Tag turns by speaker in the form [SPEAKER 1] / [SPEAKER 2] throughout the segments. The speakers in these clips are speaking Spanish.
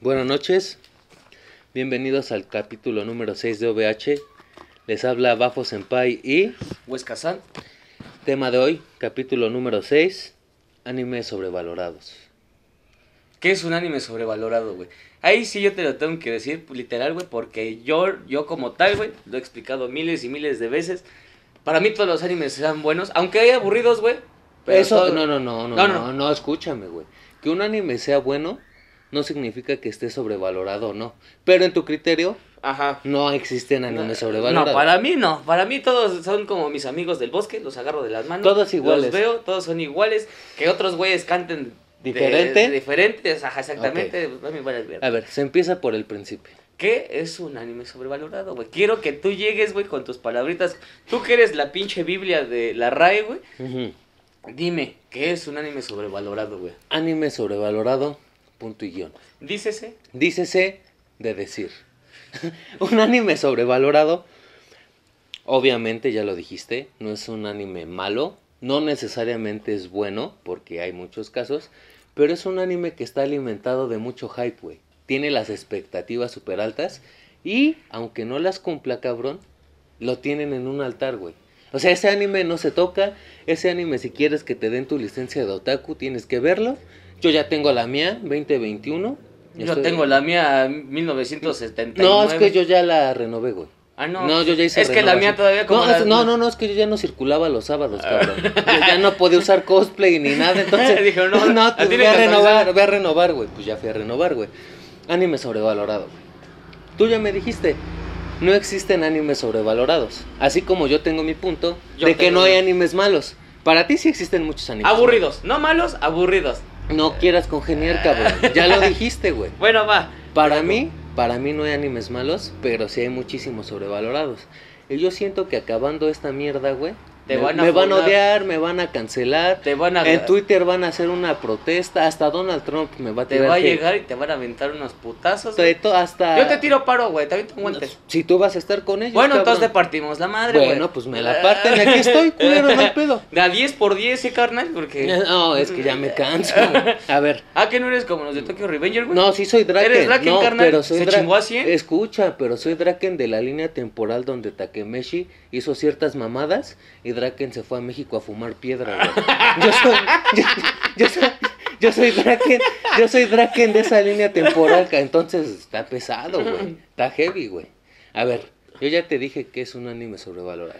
[SPEAKER 1] Buenas noches, bienvenidos al capítulo número 6 de OVH. Les habla Bafo Senpai y
[SPEAKER 2] Huesca San.
[SPEAKER 1] tema de hoy, capítulo número 6, animes sobrevalorados.
[SPEAKER 2] ¿Qué es un anime sobrevalorado, güey? Ahí sí yo te lo tengo que decir pues, literal, güey, porque yo, yo como tal, güey, lo he explicado miles y miles de veces. Para mí todos los animes serán buenos, aunque hay aburridos, güey. pero
[SPEAKER 1] Eso,
[SPEAKER 2] todo-
[SPEAKER 1] no, no, no, no,
[SPEAKER 2] No,
[SPEAKER 1] no,
[SPEAKER 2] no.
[SPEAKER 1] no, escúchame, güey. Que un anime sea bueno no significa que esté sobrevalorado o no. Pero en tu criterio,
[SPEAKER 2] Ajá.
[SPEAKER 1] no existen
[SPEAKER 2] No,
[SPEAKER 1] animes sobrevalorados.
[SPEAKER 2] No, para mí no. Para mí todos son como mis amigos del bosque, los agarro de las manos.
[SPEAKER 1] Todos iguales.
[SPEAKER 2] Los veo, todos son iguales. Que otros güeyes canten de-
[SPEAKER 1] ¿Diferente?
[SPEAKER 2] diferentes, ajá, exactamente. pues, a mí me vale verga.
[SPEAKER 1] A ver, se empieza por el principio.
[SPEAKER 2] ¿Qué es un anime sobrevalorado, güey? Quiero que tú llegues, güey, con tus palabritas. Tú que eres la pinche Biblia de la RAE, güey.
[SPEAKER 1] Ujú.
[SPEAKER 2] Dime, ¿qué es un anime sobrevalorado, güey?
[SPEAKER 1] Anime sobrevalorado, punto y guión.
[SPEAKER 2] Dícese.
[SPEAKER 1] Dícese de decir. un anime sobrevalorado, obviamente ya lo dijiste, no es un anime malo, no necesariamente es bueno, porque hay muchos casos, pero es un anime que está alimentado de mucho hype, güey. Tiene las expectativas súper altas y, aunque no las cumpla, cabrón, lo tienen en un altar, güey. O sea, ese anime no se toca, ese anime si quieres que te den tu licencia de otaku, tienes que verlo. Yo ya tengo la mía, 2021.
[SPEAKER 2] Yo
[SPEAKER 1] Estoy-
[SPEAKER 2] tengo la mía 1979.
[SPEAKER 1] no, es que yo ya la renové, güey.
[SPEAKER 2] Ah, no.
[SPEAKER 1] No, yo ya hice
[SPEAKER 2] Es que la
[SPEAKER 1] renovación.
[SPEAKER 2] mía todavía como
[SPEAKER 1] no,
[SPEAKER 2] la- Ah.
[SPEAKER 1] es- no, no, no, es que yo ya no circulaba los sábados, cabrón. Yo ya no podía usar cosplay ni nada, entonces.
[SPEAKER 2] Dijeron, no, la
[SPEAKER 1] no, pues,
[SPEAKER 2] tiene
[SPEAKER 1] voy a
[SPEAKER 2] que
[SPEAKER 1] renovar,
[SPEAKER 2] actualizar.
[SPEAKER 1] voy a renovar, güey. Pues ya fui a renovar, güey. Anime sobrevalorado, güey. Tú ya me dijiste, no existen animes sobrevalorados. Así como yo tengo mi punto
[SPEAKER 2] Yo
[SPEAKER 1] de que
[SPEAKER 2] tengo
[SPEAKER 1] no hay
[SPEAKER 2] mi-
[SPEAKER 1] animes malos. Para ti sí existen muchos animes.
[SPEAKER 2] Aburridos. No malos, aburridos.
[SPEAKER 1] malos. No quieras congeniar, cabrón. Ya lo dijiste, güey.
[SPEAKER 2] Bueno, va.
[SPEAKER 1] Para mí, para mí no hay animes malos, pero sí hay muchísimos sobrevalorados. Y yo siento que acabando esta mierda, güey,
[SPEAKER 2] Te
[SPEAKER 1] me,
[SPEAKER 2] van a
[SPEAKER 1] me van a
[SPEAKER 2] funar.
[SPEAKER 1] odiar, me van a cancelar.
[SPEAKER 2] Te van a.
[SPEAKER 1] En Twitter van a hacer una protesta, hasta Donald Trump me va a
[SPEAKER 2] Te
[SPEAKER 1] tirar.
[SPEAKER 2] va a
[SPEAKER 1] hate.
[SPEAKER 2] llegar y te van a aventar unos putazos.
[SPEAKER 1] De
[SPEAKER 2] güey.
[SPEAKER 1] to- hasta
[SPEAKER 2] Yo te tiro paro, güey. Te aviento un guante.
[SPEAKER 1] Si tú vas a estar con ellos.
[SPEAKER 2] Bueno,
[SPEAKER 1] cabrón.
[SPEAKER 2] entonces te partimos la madre, güey.
[SPEAKER 1] Bueno, pues me la parten, aquí estoy, culero, no hay pedo.
[SPEAKER 2] De a 10 por 10, sí, carnal, porque...
[SPEAKER 1] No, es que ya me canso. güey. A ver,
[SPEAKER 2] Ah, que no eres como los de Tokyo Revenger, güey.
[SPEAKER 1] No, sí soy Draken.
[SPEAKER 2] ¿Eres Draken,
[SPEAKER 1] no,
[SPEAKER 2] carnal?
[SPEAKER 1] pero soy
[SPEAKER 2] ¿Se
[SPEAKER 1] Dra-
[SPEAKER 2] chingó a cien?
[SPEAKER 1] Escucha, pero soy Draken de la línea temporal donde Takemeshi hizo ciertas mamadas y Draken se fue a México a fumar piedra, güey. Yo soy, yo, yo soy, yo soy Draken, yo soy Draken de esa línea temporal, ca- entonces está pesado, güey. Está heavy, güey. A ver, yo ya te dije que es un anime sobrevalorado.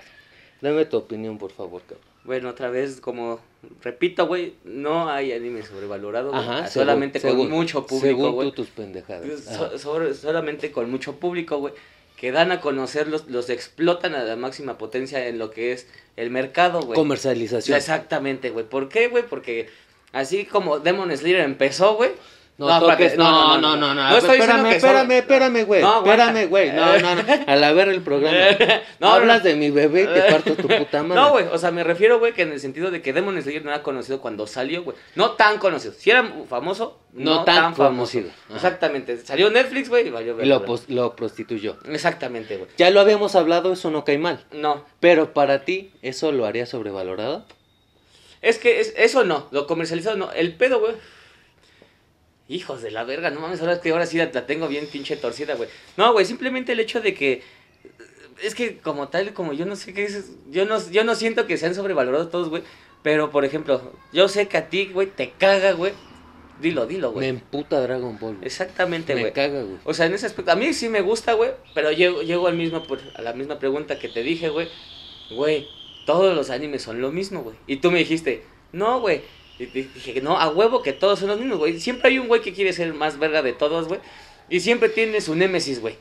[SPEAKER 1] Dame tu opinión, por favor, cabrón.
[SPEAKER 2] Bueno, otra vez, como repito, güey, no hay anime sobrevalorado, güey.
[SPEAKER 1] Ajá, según-
[SPEAKER 2] solamente
[SPEAKER 1] Ah, según-
[SPEAKER 2] con mucho
[SPEAKER 1] Según
[SPEAKER 2] público,
[SPEAKER 1] tú,
[SPEAKER 2] güey.
[SPEAKER 1] tus pendejadas.
[SPEAKER 2] So-
[SPEAKER 1] Ajá.
[SPEAKER 2] sobre- solamente con mucho público, güey. Que dan a conocer, los, los explotan a la máxima potencia en lo que es el mercado, güey.
[SPEAKER 1] Comercialización.
[SPEAKER 2] Exactamente, güey. ¿Por qué, güey? Porque así como Demon Slayer empezó, güey.
[SPEAKER 1] No, toques,
[SPEAKER 2] espérate,
[SPEAKER 1] no, no, no, no, no,
[SPEAKER 2] estoy diciendo
[SPEAKER 1] espérame,
[SPEAKER 2] que solo-
[SPEAKER 1] espérame, espérame, güey,
[SPEAKER 2] No, aguanta. Eh,
[SPEAKER 1] espérame, güey, no, no, no, al haber el programa,
[SPEAKER 2] No,
[SPEAKER 1] hablas
[SPEAKER 2] no.
[SPEAKER 1] de mi bebé y te parto tu puta madre,
[SPEAKER 2] No, güey, o sea, me refiero, güey, que en el sentido de que Demon Slayer no era conocido cuando salió, güey. No tan conocido. Si era famoso,
[SPEAKER 1] No
[SPEAKER 2] no,
[SPEAKER 1] tan
[SPEAKER 2] tan, famoso.
[SPEAKER 1] conocido. Ajá.
[SPEAKER 2] Exactamente. Salió Netflix, güey, y valió
[SPEAKER 1] y lo,
[SPEAKER 2] verga.
[SPEAKER 1] pos- lo prostituyó,
[SPEAKER 2] Exactamente, güey.
[SPEAKER 1] ya lo habíamos hablado, eso no cae mal,
[SPEAKER 2] No.
[SPEAKER 1] pero para ti, ¿eso lo haría sobrevalorado?
[SPEAKER 2] Es que es- eso no, lo comercializado no. El pedo, güey. Hijos de la verga, no mames, ahora es que ahora sí la, la tengo bien pinche torcida, güey. No, güey, simplemente el hecho de que. Es que como tal, como yo no sé qué es. Yo no, yo no siento que sean sobrevalorados todos, güey. Pero, por ejemplo, yo sé que a ti, güey, te caga, güey. Dilo, dilo,
[SPEAKER 1] Me
[SPEAKER 2] güey.
[SPEAKER 1] emputa Dragon Ball, güey.
[SPEAKER 2] Exactamente,
[SPEAKER 1] me
[SPEAKER 2] güey.
[SPEAKER 1] caga, güey,
[SPEAKER 2] O sea, en ese aspecto, a mí sí me gusta, güey, pero llego, llego al mismo, por- a la misma pregunta que te dije, güey. Güey, todos los animes son lo mismo, güey. Y tú me dijiste, no, güey. Y te dije, no, a huevo que todos son los mismos, güey. Siempre hay un güey que quiere ser el más verga de todos, güey. Y siempre tiene su némesis, güey.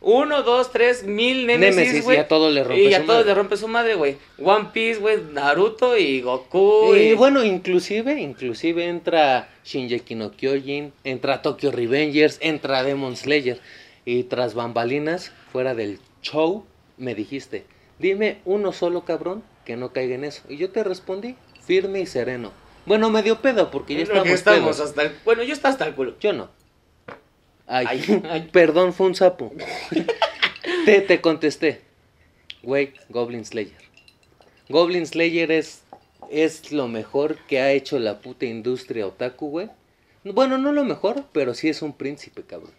[SPEAKER 2] Uno, dos, tres, mil
[SPEAKER 1] Némesis,
[SPEAKER 2] némesis, güey.
[SPEAKER 1] y a todos le rompe
[SPEAKER 2] Y a
[SPEAKER 1] su
[SPEAKER 2] todos
[SPEAKER 1] madre.
[SPEAKER 2] le rompe su madre, güey. One Piece, güey, Naruto y Goku.
[SPEAKER 1] Y bueno, inclusive, inclusive entra Shinji no Kyojin, entra Tokyo Revengers, entra Demon Slayer. Y tras bambalinas, fuera del show, me dijiste, dime uno solo cabrón que no caiga en eso. Y yo te respondí, firme y sereno. Bueno, me dio pedo porque ya
[SPEAKER 2] Es lo
[SPEAKER 1] estamos,
[SPEAKER 2] que estamos
[SPEAKER 1] pedos.
[SPEAKER 2] hasta el- Bueno, yo está hasta el culo.
[SPEAKER 1] Yo no. Ay,
[SPEAKER 2] Ay, ay.
[SPEAKER 1] perdón, fue un sapo. te, te contesté. Güey, Goblin Slayer. Goblin Slayer es, es lo mejor que ha hecho la puta industria otaku, güey. Bueno, no lo mejor, pero sí es un príncipe, cabrón.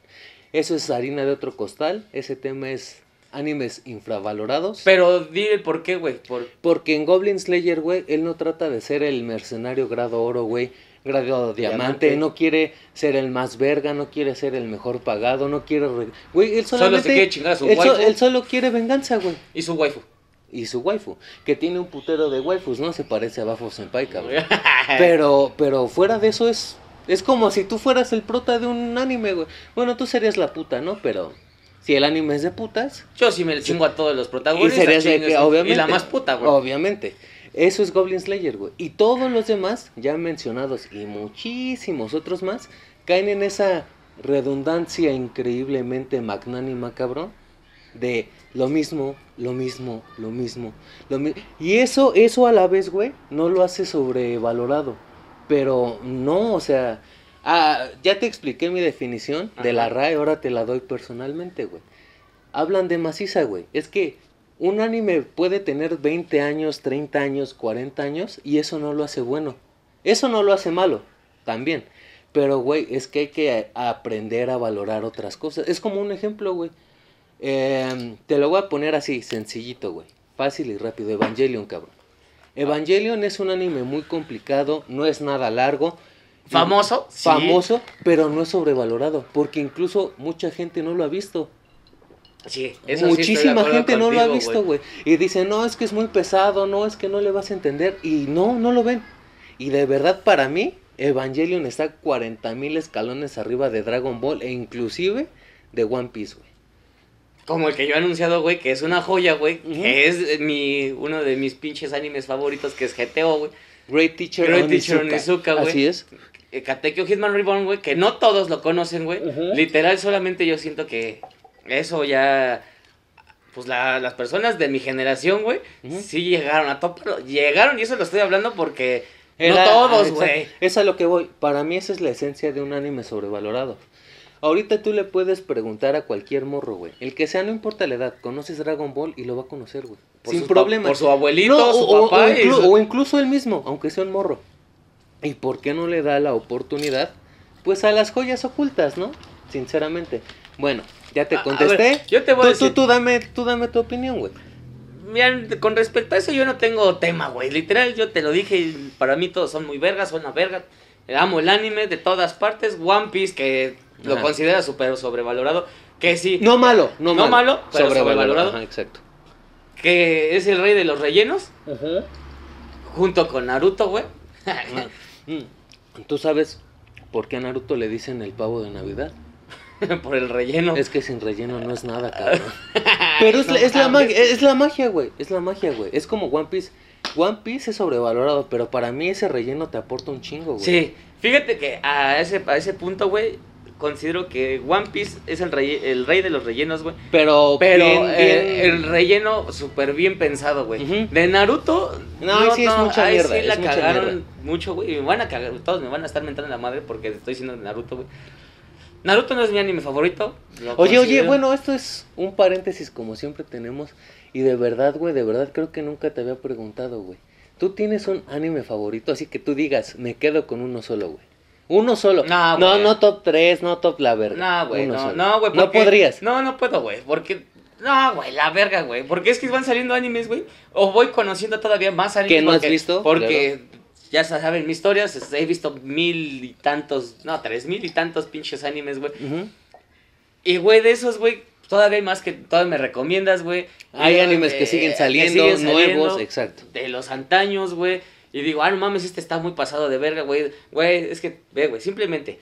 [SPEAKER 1] Eso es harina de otro costal. Ese tema es animes infravalorados.
[SPEAKER 2] Pero dile por qué, güey. Por...
[SPEAKER 1] Porque en Goblin Slayer, güey, él no trata de ser el mercenario grado oro, güey. Grado diamante.
[SPEAKER 2] Diamante.
[SPEAKER 1] No quiere ser el más verga, no quiere ser el mejor pagado, no quiere... re- Güey, él
[SPEAKER 2] Solo
[SPEAKER 1] solamente...
[SPEAKER 2] se quiere chingar a su
[SPEAKER 1] él, so-
[SPEAKER 2] waifu.
[SPEAKER 1] él solo quiere venganza, güey.
[SPEAKER 2] Y su waifu.
[SPEAKER 1] Y su waifu, que tiene un putero de waifus, ¿no? Se parece a Bafo Senpai, cabrón. Pero, pero fuera de eso es. Es como si tú fueras el prota de un anime, güey. Bueno, tú serías la puta, ¿no? Pero si el anime es de putas.
[SPEAKER 2] Yo sí me le chingo a todos los
[SPEAKER 1] Y
[SPEAKER 2] protagonistas.
[SPEAKER 1] serías de
[SPEAKER 2] chingue
[SPEAKER 1] que,
[SPEAKER 2] su-
[SPEAKER 1] obviamente. Oh.
[SPEAKER 2] Y la más puta, güey.
[SPEAKER 1] Obviamente. Eso es Goblin Slayer, güey. Y todos los demás, ya mencionados y muchísimos otros más, caen en esa redundancia increíblemente magnánima, cabrón. De lo mismo, lo mismo, lo mismo. lo mi- y eso, eso a la vez, güey, no lo hace sobrevalorado. Pero no, o sea. ah, ya te expliqué mi definición de la
[SPEAKER 2] Ajá.
[SPEAKER 1] RAE, ahora te la doy personalmente, güey. Hablan de maciza, güey. Es que un anime puede tener 20 años, 30 años, 40 años y eso no lo hace bueno. Eso no lo hace malo, también. Pero, güey, es que hay que a- aprender a valorar otras cosas. Es como un ejemplo, güey. Em, te lo voy a poner así, sencillito, güey. Fácil y rápido. Evangelion, cabrón. Evangelion es un anime muy complicado, no es nada largo.
[SPEAKER 2] Famoso. sí.
[SPEAKER 1] Famoso, pero no es sobrevalorado. Porque incluso mucha gente no lo ha visto.
[SPEAKER 2] Sí, eso sí estoy de
[SPEAKER 1] Muchísima
[SPEAKER 2] acuerdo
[SPEAKER 1] gente no lo ha
[SPEAKER 2] contigo,
[SPEAKER 1] visto, güey. Y dice, no, es que es muy pesado, no, es que no le vas a entender. Y no, no lo ven. Y de verdad, para mí, Evangelion está 40 mil escalones arriba de Dragon Ball e inclusive de One Piece, güey.
[SPEAKER 2] Como el que yo he anunciado, güey, que es una joya, güey.
[SPEAKER 1] Ujú.
[SPEAKER 2] Que es eh, mi, uno de mis pinches animes favoritos, que es GTO, güey.
[SPEAKER 1] Great Teacher
[SPEAKER 2] Great Teacher Onizuka, güey.
[SPEAKER 1] Así es.
[SPEAKER 2] Eh, Katekyo Hitman Reborn, güey, que no todos lo conocen, güey.
[SPEAKER 1] Ujú.
[SPEAKER 2] Literal, solamente yo siento que eso ya. Pues la- las personas de mi generación, güey,
[SPEAKER 1] Ujú.
[SPEAKER 2] sí llegaron a toparlo. Llegaron, y eso lo estoy hablando porque.
[SPEAKER 1] Era- ah,
[SPEAKER 2] no todos,
[SPEAKER 1] exacto.
[SPEAKER 2] güey.
[SPEAKER 1] Es a lo que voy. Para mí esa es la esencia de un anime sobrevalorado. Ahorita tú le puedes preguntar a cualquier morro, güey. El que sea, no importa la edad, conoces Dragon Ball y lo va a conocer, güey.
[SPEAKER 2] Por
[SPEAKER 1] Sin
[SPEAKER 2] sus pa-
[SPEAKER 1] problema.
[SPEAKER 2] Por su abuelito,
[SPEAKER 1] No,
[SPEAKER 2] su
[SPEAKER 1] o- o-
[SPEAKER 2] papá.
[SPEAKER 1] O,
[SPEAKER 2] y
[SPEAKER 1] inclu-
[SPEAKER 2] su-
[SPEAKER 1] o incluso él mismo, aunque sea un morro. ¿Y por qué no le da la oportunidad? Pues a las joyas ocultas, ¿no? Sinceramente. Bueno, ya
[SPEAKER 2] A-
[SPEAKER 1] te
[SPEAKER 2] a
[SPEAKER 1] contesté.
[SPEAKER 2] ver, yo te voy
[SPEAKER 1] tú,
[SPEAKER 2] a decir-
[SPEAKER 1] tú, tú dame, tú dame tu opinión, güey.
[SPEAKER 2] Mira, con respecto a eso yo no tengo tema, güey. Literal, yo te lo dije, y para mí todos son muy vergas, son una verga. Amo el anime de todas partes. One Piece, que lo
[SPEAKER 1] Ajá.
[SPEAKER 2] considera súper sobrevalorado. Que sí,
[SPEAKER 1] No malo, no,
[SPEAKER 2] No malo, pero sobrevalorado.
[SPEAKER 1] Ajá, exacto.
[SPEAKER 2] que es el rey de los rellenos, junto con Naruto, güey.
[SPEAKER 1] Mm. ¿Tú sabes por qué a Naruto le dicen el pavo de Navidad?
[SPEAKER 2] Por el relleno.
[SPEAKER 1] Es que sin relleno no es nada, cabrón. Pero es, la- es la, magia,
[SPEAKER 2] magia.
[SPEAKER 1] es la magia, güey. Es la magia, güey. Es como One Piece. One Piece es sobrevalorado, pero para mí ese relleno te aporta un chingo, güey.
[SPEAKER 2] Sí, fíjate que a ese, a ese punto, güey, considero que One Piece es el rey, el rey de los rellenos, güey.
[SPEAKER 1] Pero,
[SPEAKER 2] Pero
[SPEAKER 1] bien,
[SPEAKER 2] eh,
[SPEAKER 1] bien-
[SPEAKER 2] el relleno súper bien pensado, güey.
[SPEAKER 1] Ujú.
[SPEAKER 2] De Naruto.
[SPEAKER 1] No, ahí sí es mucha
[SPEAKER 2] ahí
[SPEAKER 1] mierda,
[SPEAKER 2] sí la
[SPEAKER 1] es mucha
[SPEAKER 2] cagaron
[SPEAKER 1] mierda.
[SPEAKER 2] mucho, güey. y Me van a cagar, todos me van a estar mentando la madre porque estoy diciendo de Naruto, güey. Naruto no es mi anime favorito. lo
[SPEAKER 1] Oye, oye,
[SPEAKER 2] considero-
[SPEAKER 1] bueno, esto es un paréntesis como siempre tenemos. Y de verdad, güey, de verdad creo que nunca te había preguntado, güey. ¿Tú tienes un anime favorito? Así que tú digas, me quedo con uno solo, güey. Uno solo.
[SPEAKER 2] No,
[SPEAKER 1] no,
[SPEAKER 2] güey.
[SPEAKER 1] no top 3, no top la verga.
[SPEAKER 2] No, güey,
[SPEAKER 1] Uno
[SPEAKER 2] no,
[SPEAKER 1] solo.
[SPEAKER 2] no, güey.
[SPEAKER 1] No
[SPEAKER 2] porque-
[SPEAKER 1] podrías.
[SPEAKER 2] No, no puedo, güey, porque... No, güey, la verga, güey. Porque es que van saliendo animes, güey. O voy conociendo todavía más animes.
[SPEAKER 1] ¿Que no has
[SPEAKER 2] porque-
[SPEAKER 1] visto?
[SPEAKER 2] Porque ya se saben mis historias. es- He visto mil y tantos, no, tres mil y tantos pinches animes, güey.
[SPEAKER 1] Ujú.
[SPEAKER 2] Y, güey, de esos, güey, todavía hay más que todavía me recomiendas, güey.
[SPEAKER 1] Hay
[SPEAKER 2] Y,
[SPEAKER 1] animes
[SPEAKER 2] eh,
[SPEAKER 1] que siguen saliendo,
[SPEAKER 2] siguen saliendo
[SPEAKER 1] nuevos, exacto.
[SPEAKER 2] De los antaños, güey. Y digo, ah, no mames, este está muy pasado de verga, güey. Güey, es que, ve, güey, simplemente.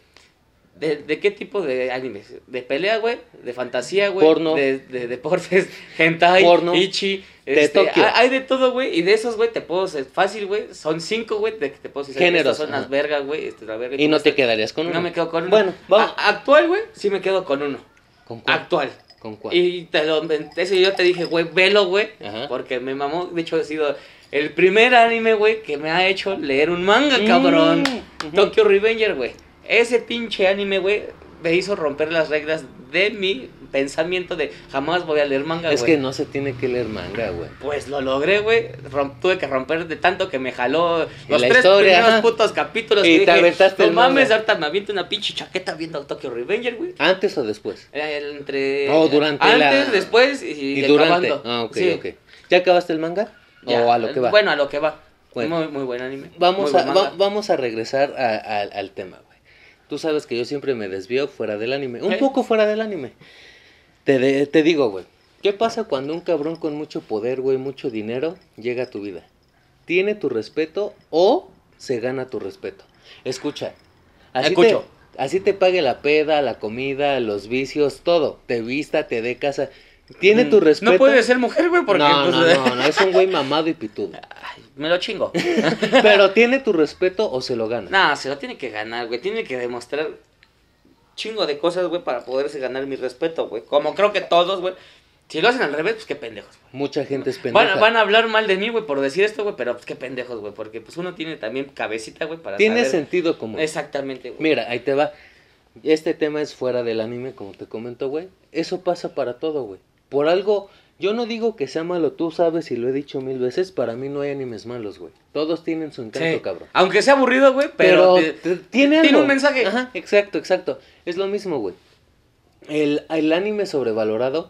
[SPEAKER 2] ¿De, de qué tipo de animes? ¿De pelea, güey? ¿De fantasía, güey?
[SPEAKER 1] Porno.
[SPEAKER 2] De, de deportes, hentai,
[SPEAKER 1] Porno.
[SPEAKER 2] ichi. Este,
[SPEAKER 1] De Tokio.
[SPEAKER 2] ha- Hay de todo, güey. Y de esos, güey, te puedo ser fácil, güey. Son cinco, güey, de que te puedo decir.
[SPEAKER 1] Géneros,
[SPEAKER 2] Estas son
[SPEAKER 1] ajá.
[SPEAKER 2] las vergas, güey. esta es la verga.
[SPEAKER 1] Y no te
[SPEAKER 2] esta-
[SPEAKER 1] quedarías con uno.
[SPEAKER 2] No me quedo con uno. Ah,
[SPEAKER 1] Bueno, vamos.
[SPEAKER 2] A- actual, güey, sí me quedo con uno.
[SPEAKER 1] ¿Con cuál?
[SPEAKER 2] Actual.
[SPEAKER 1] ¿Con cuál?
[SPEAKER 2] Y te lo, eso yo te dije, güey, velo, güey.
[SPEAKER 1] Ajá.
[SPEAKER 2] Porque me mamó. De hecho, ha sido el primer anime, güey, que me ha hecho leer un manga,
[SPEAKER 1] Mm,
[SPEAKER 2] cabrón.
[SPEAKER 1] ujú.
[SPEAKER 2] Tokyo Revenger, güey. Ese pinche anime, güey, me hizo romper las reglas de mi pensamiento de jamás voy a leer manga,
[SPEAKER 1] Es
[SPEAKER 2] güey.
[SPEAKER 1] que no se tiene que leer manga, güey.
[SPEAKER 2] Pues lo logré, güey. Rom- tuve que romper de tanto que me jaló los
[SPEAKER 1] la
[SPEAKER 2] tres
[SPEAKER 1] historia,
[SPEAKER 2] primeros
[SPEAKER 1] ajá.
[SPEAKER 2] putos capítulos.
[SPEAKER 1] Y
[SPEAKER 2] que
[SPEAKER 1] te
[SPEAKER 2] dije,
[SPEAKER 1] aventaste
[SPEAKER 2] No
[SPEAKER 1] el manga".
[SPEAKER 2] mames, ahorita me aviento una pinche chaqueta viendo Tokyo Revenger, güey.
[SPEAKER 1] ¿Antes o después?
[SPEAKER 2] Eh, Entre.
[SPEAKER 1] Oh, durante
[SPEAKER 2] Antes,
[SPEAKER 1] la-
[SPEAKER 2] después y,
[SPEAKER 1] Y,
[SPEAKER 2] y
[SPEAKER 1] durante.
[SPEAKER 2] acabando.
[SPEAKER 1] Ah, ok,
[SPEAKER 2] Sí,
[SPEAKER 1] ok. ¿Ya acabaste el manga?
[SPEAKER 2] ya.
[SPEAKER 1] ¿O a lo que va?
[SPEAKER 2] Bueno, a lo que va.
[SPEAKER 1] Bueno.
[SPEAKER 2] Muy, muy buen anime.
[SPEAKER 1] Vamos,
[SPEAKER 2] Muy buen
[SPEAKER 1] a,
[SPEAKER 2] manga.
[SPEAKER 1] va- vamos a regresar a- a- al tema, güey. Tú sabes que yo siempre me desvío fuera del anime. Un
[SPEAKER 2] Sí.
[SPEAKER 1] poco fuera del anime. Te, de- te digo, güey. ¿Qué pasa cuando un cabrón con mucho poder, güey, mucho dinero, llega a tu vida? ¿Tiene tu respeto o se gana tu respeto? Escucha. Así
[SPEAKER 2] Escucho.
[SPEAKER 1] Te, así te pague la peda, la comida, los vicios, todo. Te vista, te dé casa. ¿Tiene tu
[SPEAKER 2] Mm,
[SPEAKER 1] respeto?
[SPEAKER 2] No puede ser mujer, güey, porque.
[SPEAKER 1] no,
[SPEAKER 2] pues,
[SPEAKER 1] no, no, no, es un güey mamado y pitudo.
[SPEAKER 2] Ay, me lo chingo.
[SPEAKER 1] Pero ¿tiene tu respeto o se lo gana?
[SPEAKER 2] No, se lo tiene que ganar, güey. Tiene que demostrar chingo de cosas, güey, para poderse ganar mi respeto, güey. Como creo que todos, güey. Si lo hacen al revés, pues qué pendejos, güey.
[SPEAKER 1] Mucha gente es pendeja.
[SPEAKER 2] Van, van a hablar mal de mí, güey, por decir esto, güey, pero pues qué pendejos, güey. Porque pues uno tiene también cabecita, güey, para
[SPEAKER 1] Tiene
[SPEAKER 2] saber-
[SPEAKER 1] sentido común.
[SPEAKER 2] Exactamente, güey.
[SPEAKER 1] Mira, ahí te va. Este tema es fuera del anime, como te comento, güey. Eso pasa para todo, güey. Por algo, yo no digo que sea malo, tú sabes y lo he dicho mil veces, para mí no hay animes malos, güey. Todos tienen su encanto,
[SPEAKER 2] Sí.
[SPEAKER 1] cabrón.
[SPEAKER 2] Aunque sea aburrido, güey,
[SPEAKER 1] Pero,
[SPEAKER 2] pero... te-
[SPEAKER 1] te- tiene,
[SPEAKER 2] tiene
[SPEAKER 1] algo.
[SPEAKER 2] un mensaje.
[SPEAKER 1] Ajá, exacto, exacto. Es lo mismo, güey. El, el anime sobrevalorado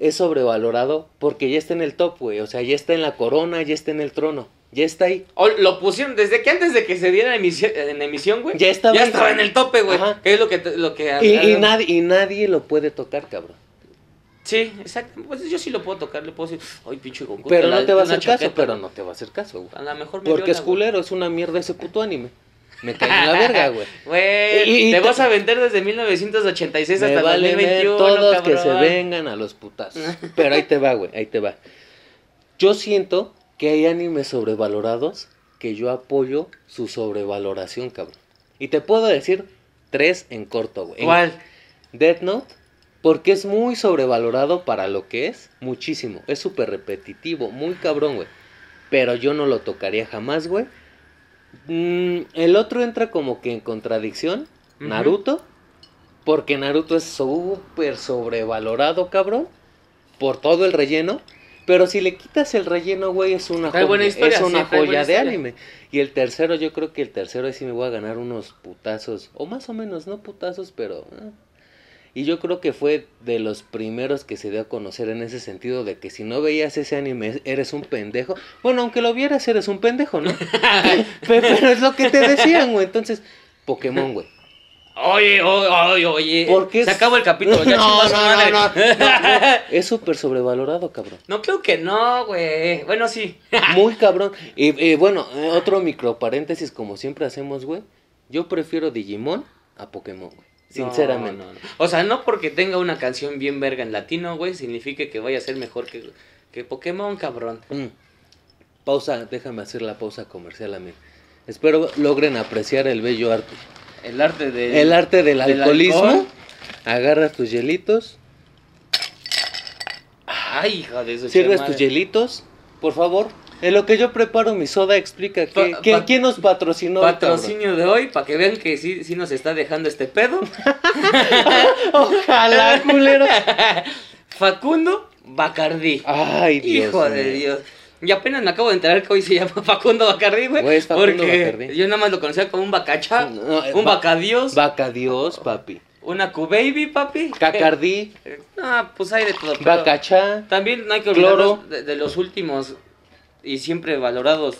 [SPEAKER 1] es sobrevalorado porque ya está en el top, güey. O sea, ya está en la corona, ya está en el trono. Ya está ahí.
[SPEAKER 2] o lo pusieron desde que antes de que se diera emisión- en emisión, güey.
[SPEAKER 1] Ya estaba
[SPEAKER 2] Ya
[SPEAKER 1] ahí.
[SPEAKER 2] estaba en el tope, güey.
[SPEAKER 1] Ajá.
[SPEAKER 2] Que es lo que... Lo que
[SPEAKER 1] Y, y nadie, y nadie lo puede tocar, cabrón.
[SPEAKER 2] Sí, exacto. Pues yo sí lo puedo tocar, le puedo decir, ay, pinche Goku.
[SPEAKER 1] Pero
[SPEAKER 2] te la-
[SPEAKER 1] no te va a
[SPEAKER 2] una
[SPEAKER 1] hacer caso,
[SPEAKER 2] chaqueta,
[SPEAKER 1] pero
[SPEAKER 2] güey".
[SPEAKER 1] no te va a hacer caso, güey.
[SPEAKER 2] A lo mejor me
[SPEAKER 1] Porque
[SPEAKER 2] viola,
[SPEAKER 1] es culero, es una mierda ese puto anime. Me cae en la verga, güey.
[SPEAKER 2] Güey,
[SPEAKER 1] Y- y
[SPEAKER 2] te,
[SPEAKER 1] te-
[SPEAKER 2] vas a vender desde 1986
[SPEAKER 1] Me
[SPEAKER 2] hasta
[SPEAKER 1] vale ver
[SPEAKER 2] 2021,
[SPEAKER 1] todos que se
[SPEAKER 2] cabrón.
[SPEAKER 1] vengan a los putazos. Pero ahí te va, güey, ahí te va. Yo siento que hay animes sobrevalorados que yo apoyo su sobrevaloración, cabrón. Y te puedo decir tres en corto, güey. En
[SPEAKER 2] ¿Cuál?
[SPEAKER 1] Death Note, porque es muy sobrevalorado para lo que es, muchísimo. Es súper repetitivo, muy cabrón, güey. Pero yo no lo tocaría jamás, güey. Mm, el otro entra como que en contradicción,
[SPEAKER 2] Ujú.
[SPEAKER 1] Naruto, porque Naruto es súper sobrevalorado, cabrón, por todo el relleno. Pero si le quitas el relleno, güey, es una
[SPEAKER 2] Trae
[SPEAKER 1] joya,
[SPEAKER 2] buena historia,
[SPEAKER 1] es
[SPEAKER 2] sí,
[SPEAKER 1] una
[SPEAKER 2] trae buena
[SPEAKER 1] joya de
[SPEAKER 2] historia.
[SPEAKER 1] anime. Y el tercero, yo creo que el tercero ahí sí me voy a ganar unos putazos, o más o menos, no putazos, pero... eh. Y yo creo que fue de los primeros que se dio a conocer en ese sentido de que si no veías ese anime eres un pendejo. Bueno, aunque lo vieras eres un pendejo, ¿no? Pe- Pero es lo que te decían, güey. Entonces, Pokémon, güey.
[SPEAKER 2] Oye, oye, oye, oye.
[SPEAKER 1] ¿Por qué
[SPEAKER 2] Se
[SPEAKER 1] es-
[SPEAKER 2] acabó el capítulo, ya
[SPEAKER 1] No,
[SPEAKER 2] chingó su
[SPEAKER 1] no,
[SPEAKER 2] madre.
[SPEAKER 1] no, no, no. Es súper sobrevalorado, cabrón.
[SPEAKER 2] No creo que no, güey. Bueno, sí.
[SPEAKER 1] Muy cabrón. Y, y bueno, eh, otro micro paréntesis, como siempre hacemos, güey. Yo prefiero Digimon a Pokémon, güey. Sinceramente.
[SPEAKER 2] No, no, no. O sea, no porque tenga una canción bien verga en latino, güey, significa que vaya a ser mejor que, que Pokémon, cabrón.
[SPEAKER 1] Mm. Pausa, déjame hacer la pausa comercial a mí. Espero logren apreciar el bello arte.
[SPEAKER 2] El arte del...
[SPEAKER 1] El arte del
[SPEAKER 2] del
[SPEAKER 1] alcoholismo.
[SPEAKER 2] alcohol.
[SPEAKER 1] Agarras tus hielitos.
[SPEAKER 2] Ay, hija de su
[SPEAKER 1] Sirves
[SPEAKER 2] chingada.
[SPEAKER 1] tus hielitos. Por favor. En lo que yo preparo mi soda, explica qué-
[SPEAKER 2] Pa-
[SPEAKER 1] qué-
[SPEAKER 2] pa-
[SPEAKER 1] quién nos patrocinó. hoy, cabrón?
[SPEAKER 2] Patrocinio de hoy, para que vean que sí, sí nos está dejando este pedo.
[SPEAKER 1] Ojalá, culero.
[SPEAKER 2] Facundo Bacardí.
[SPEAKER 1] Ay, Dios.
[SPEAKER 2] Hijo de
[SPEAKER 1] mío.
[SPEAKER 2] Dios. Y apenas me acabo de enterar que hoy se llama Facundo Bacardí, güey.
[SPEAKER 1] Güey, es Facundo
[SPEAKER 2] porque
[SPEAKER 1] Bacardí.
[SPEAKER 2] yo nada más lo conocía como un bacacha,
[SPEAKER 1] No, eh,
[SPEAKER 2] un
[SPEAKER 1] ba-
[SPEAKER 2] bacadios,
[SPEAKER 1] Vaca Dios, papi.
[SPEAKER 2] una Q-Baby, papi.
[SPEAKER 1] Cacardí,
[SPEAKER 2] Ah, pues hay de todo. pero
[SPEAKER 1] Bacachá.
[SPEAKER 2] También no hay que
[SPEAKER 1] Cloro.
[SPEAKER 2] olvidarnos de, de los últimos y siempre valorados.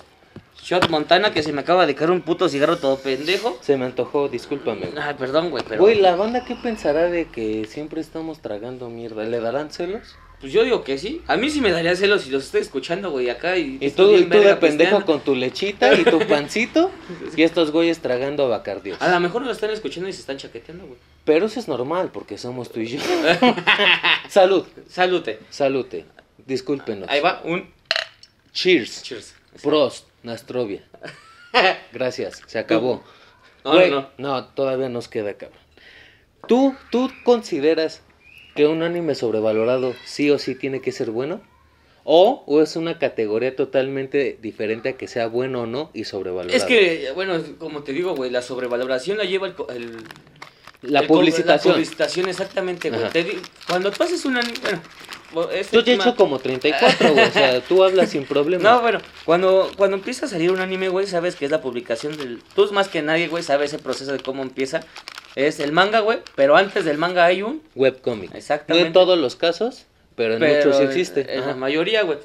[SPEAKER 2] Shot Montana, que se me acaba de caer un puto cigarro todo pendejo.
[SPEAKER 1] Se me antojó, discúlpame. güey.
[SPEAKER 2] Ay, perdón, güey, pero...
[SPEAKER 1] Güey, la banda qué pensará de que siempre estamos tragando mierda. ¿Le darán celos?
[SPEAKER 2] Pues yo digo que sí. A mí sí me daría celos si los estoy escuchando, güey, acá. Y,
[SPEAKER 1] Y
[SPEAKER 2] estoy
[SPEAKER 1] tú,
[SPEAKER 2] bien
[SPEAKER 1] y tú de
[SPEAKER 2] verga
[SPEAKER 1] pendejo
[SPEAKER 2] pisteando.
[SPEAKER 1] con tu lechita y tu pancito y estos güeyes tragando bacardios.
[SPEAKER 2] A lo mejor lo están escuchando y se están chaqueteando, güey.
[SPEAKER 1] Pero eso es normal porque somos tú y yo. Salud,
[SPEAKER 2] Salute.
[SPEAKER 1] salute. Discúlpenos.
[SPEAKER 2] Ahí va un...
[SPEAKER 1] Cheers.
[SPEAKER 2] Cheers.
[SPEAKER 1] Prost, Nastrovia. Gracias, se acabó.
[SPEAKER 2] No,
[SPEAKER 1] Güey,
[SPEAKER 2] no, no.
[SPEAKER 1] todavía nos queda, cabrón. ¿Tú, ¿Tú consideras que un anime sobrevalorado sí o sí tiene que ser bueno? ¿O, o es una categoría totalmente diferente a que sea bueno o no y sobrevalorado?
[SPEAKER 2] Es que, bueno, como te digo, güey, la sobrevaloración la lleva el, co- el
[SPEAKER 1] La
[SPEAKER 2] El co-
[SPEAKER 1] publicitación.
[SPEAKER 2] La publicitación, exactamente, güey.
[SPEAKER 1] Ajá.
[SPEAKER 2] Te di- cuando pases un anime. Bueno, bo- este
[SPEAKER 1] Tú ya he
[SPEAKER 2] tema-
[SPEAKER 1] hecho como 34, güey. O sea, tú hablas sin problema.
[SPEAKER 2] No, bueno, cuando, cuando empieza a salir un anime, güey, sabes que es la publicación del. Tú más que nadie, güey, sabes ese proceso de cómo empieza. Es el manga, güey, pero antes del manga hay un.
[SPEAKER 1] Webcomic. No
[SPEAKER 2] Exactamente.
[SPEAKER 1] en todos los casos, pero en
[SPEAKER 2] pero
[SPEAKER 1] muchos sí
[SPEAKER 2] en-
[SPEAKER 1] existe.
[SPEAKER 2] En, la
[SPEAKER 1] Ajá.
[SPEAKER 2] mayoría, güey.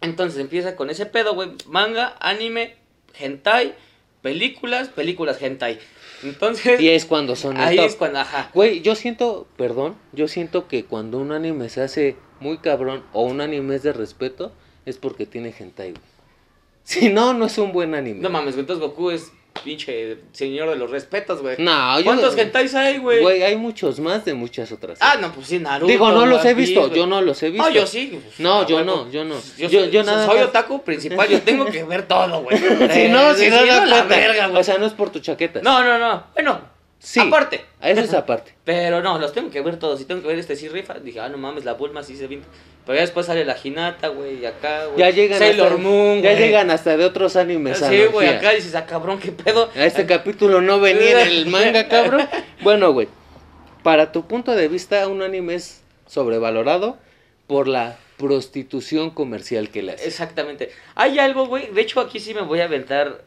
[SPEAKER 2] Entonces empieza con ese pedo, güey. Manga, anime, hentai, películas, películas hentai. Entonces.
[SPEAKER 1] Y es cuando son el
[SPEAKER 2] ahí
[SPEAKER 1] top.
[SPEAKER 2] es cuando, ajá.
[SPEAKER 1] Güey, yo siento, perdón, yo siento que cuando un anime se hace muy cabrón o un anime es de respeto, es porque tiene hentai, güey. Si no, no es un buen anime.
[SPEAKER 2] No mames, güey, entonces Goku es pinche señor de los respetos, güey.
[SPEAKER 1] No, yo-
[SPEAKER 2] ¿Cuántos hentais hay, güey?
[SPEAKER 1] Güey, hay muchos más de muchas otras.
[SPEAKER 2] Ah, no, pues sí, Naruto.
[SPEAKER 1] Digo, no los
[SPEAKER 2] One
[SPEAKER 1] he
[SPEAKER 2] Piece,
[SPEAKER 1] visto,
[SPEAKER 2] güey.
[SPEAKER 1] yo no los he visto.
[SPEAKER 2] No, Oh, yo sí.
[SPEAKER 1] No,
[SPEAKER 2] Ah,
[SPEAKER 1] yo
[SPEAKER 2] huevo.
[SPEAKER 1] no, yo no.
[SPEAKER 2] Yo,
[SPEAKER 1] Yo-
[SPEAKER 2] soy-
[SPEAKER 1] yo nada
[SPEAKER 2] soy
[SPEAKER 1] más-
[SPEAKER 2] otaku principal, yo tengo que ver todo, güey. Eh,
[SPEAKER 1] Si no, si no, no
[SPEAKER 2] la
[SPEAKER 1] cuenta.
[SPEAKER 2] verga, güey.
[SPEAKER 1] O sea, no es por tu chaqueta.
[SPEAKER 2] No, no, no. Bueno,
[SPEAKER 1] Sí.
[SPEAKER 2] aparte.
[SPEAKER 1] Eso es aparte.
[SPEAKER 2] Pero no, los tengo que ver todos. Si tengo que ver este sí rifa, dije, ah, no mames, la Bulma sí se vinta. Pero ya después sale la Hinata, güey, y acá, güey.
[SPEAKER 1] Ya llegan
[SPEAKER 2] Sailor
[SPEAKER 1] hasta,
[SPEAKER 2] Moon,
[SPEAKER 1] Ya
[SPEAKER 2] güey.
[SPEAKER 1] llegan hasta de otros animes. a
[SPEAKER 2] Sí, güey,
[SPEAKER 1] analogía.
[SPEAKER 2] acá dices, ah, cabrón, qué pedo.
[SPEAKER 1] A este capítulo no venía en el manga, cabrón. Bueno, güey. Para tu punto de vista, un anime es sobrevalorado por la prostitución comercial que le hace.
[SPEAKER 2] Exactamente. Hay algo, güey. De hecho, aquí sí me voy a aventar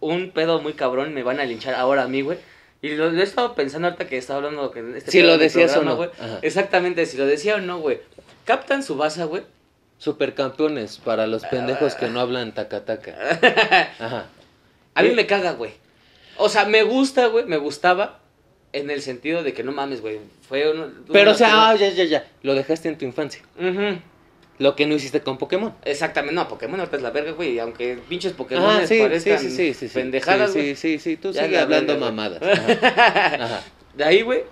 [SPEAKER 2] un pedo muy cabrón. Me van a linchar ahora a mí, güey. Y lo, lo he estado pensando ahorita que estaba hablando. que en este
[SPEAKER 1] Si
[SPEAKER 2] pedo
[SPEAKER 1] lo
[SPEAKER 2] del
[SPEAKER 1] decías o
[SPEAKER 2] programa,
[SPEAKER 1] no.
[SPEAKER 2] güey.
[SPEAKER 1] Ajá.
[SPEAKER 2] Exactamente, si lo decía o no, güey. Captain Subasa, güey.
[SPEAKER 1] Supercampeones para los pendejos que no hablan tacataca. Ajá.
[SPEAKER 2] A mí
[SPEAKER 1] Sí.
[SPEAKER 2] me caga, güey. O sea, me gusta, güey. Me gustaba. En el sentido de que no mames, güey. Fue uno- uno de
[SPEAKER 1] Pero, o
[SPEAKER 2] los
[SPEAKER 1] sea, ah,
[SPEAKER 2] primeros-
[SPEAKER 1] ya, ya, ya. Lo dejaste en tu infancia.
[SPEAKER 2] Ujú.
[SPEAKER 1] Lo que no hiciste con Pokémon.
[SPEAKER 2] Exactamente, no, Pokémon ahorita es la verga, güey. y Aunque pinches Pokémon
[SPEAKER 1] Ah, sí, sí,
[SPEAKER 2] parezcan
[SPEAKER 1] sí, sí, sí, sí.
[SPEAKER 2] pendejadas,
[SPEAKER 1] Sí,
[SPEAKER 2] güey.
[SPEAKER 1] sí, sí, sí, Tú
[SPEAKER 2] Ya
[SPEAKER 1] sigue
[SPEAKER 2] la
[SPEAKER 1] hablando
[SPEAKER 2] verga, güey.
[SPEAKER 1] mamadas. Ajá. Ajá.
[SPEAKER 2] De ahí, güey,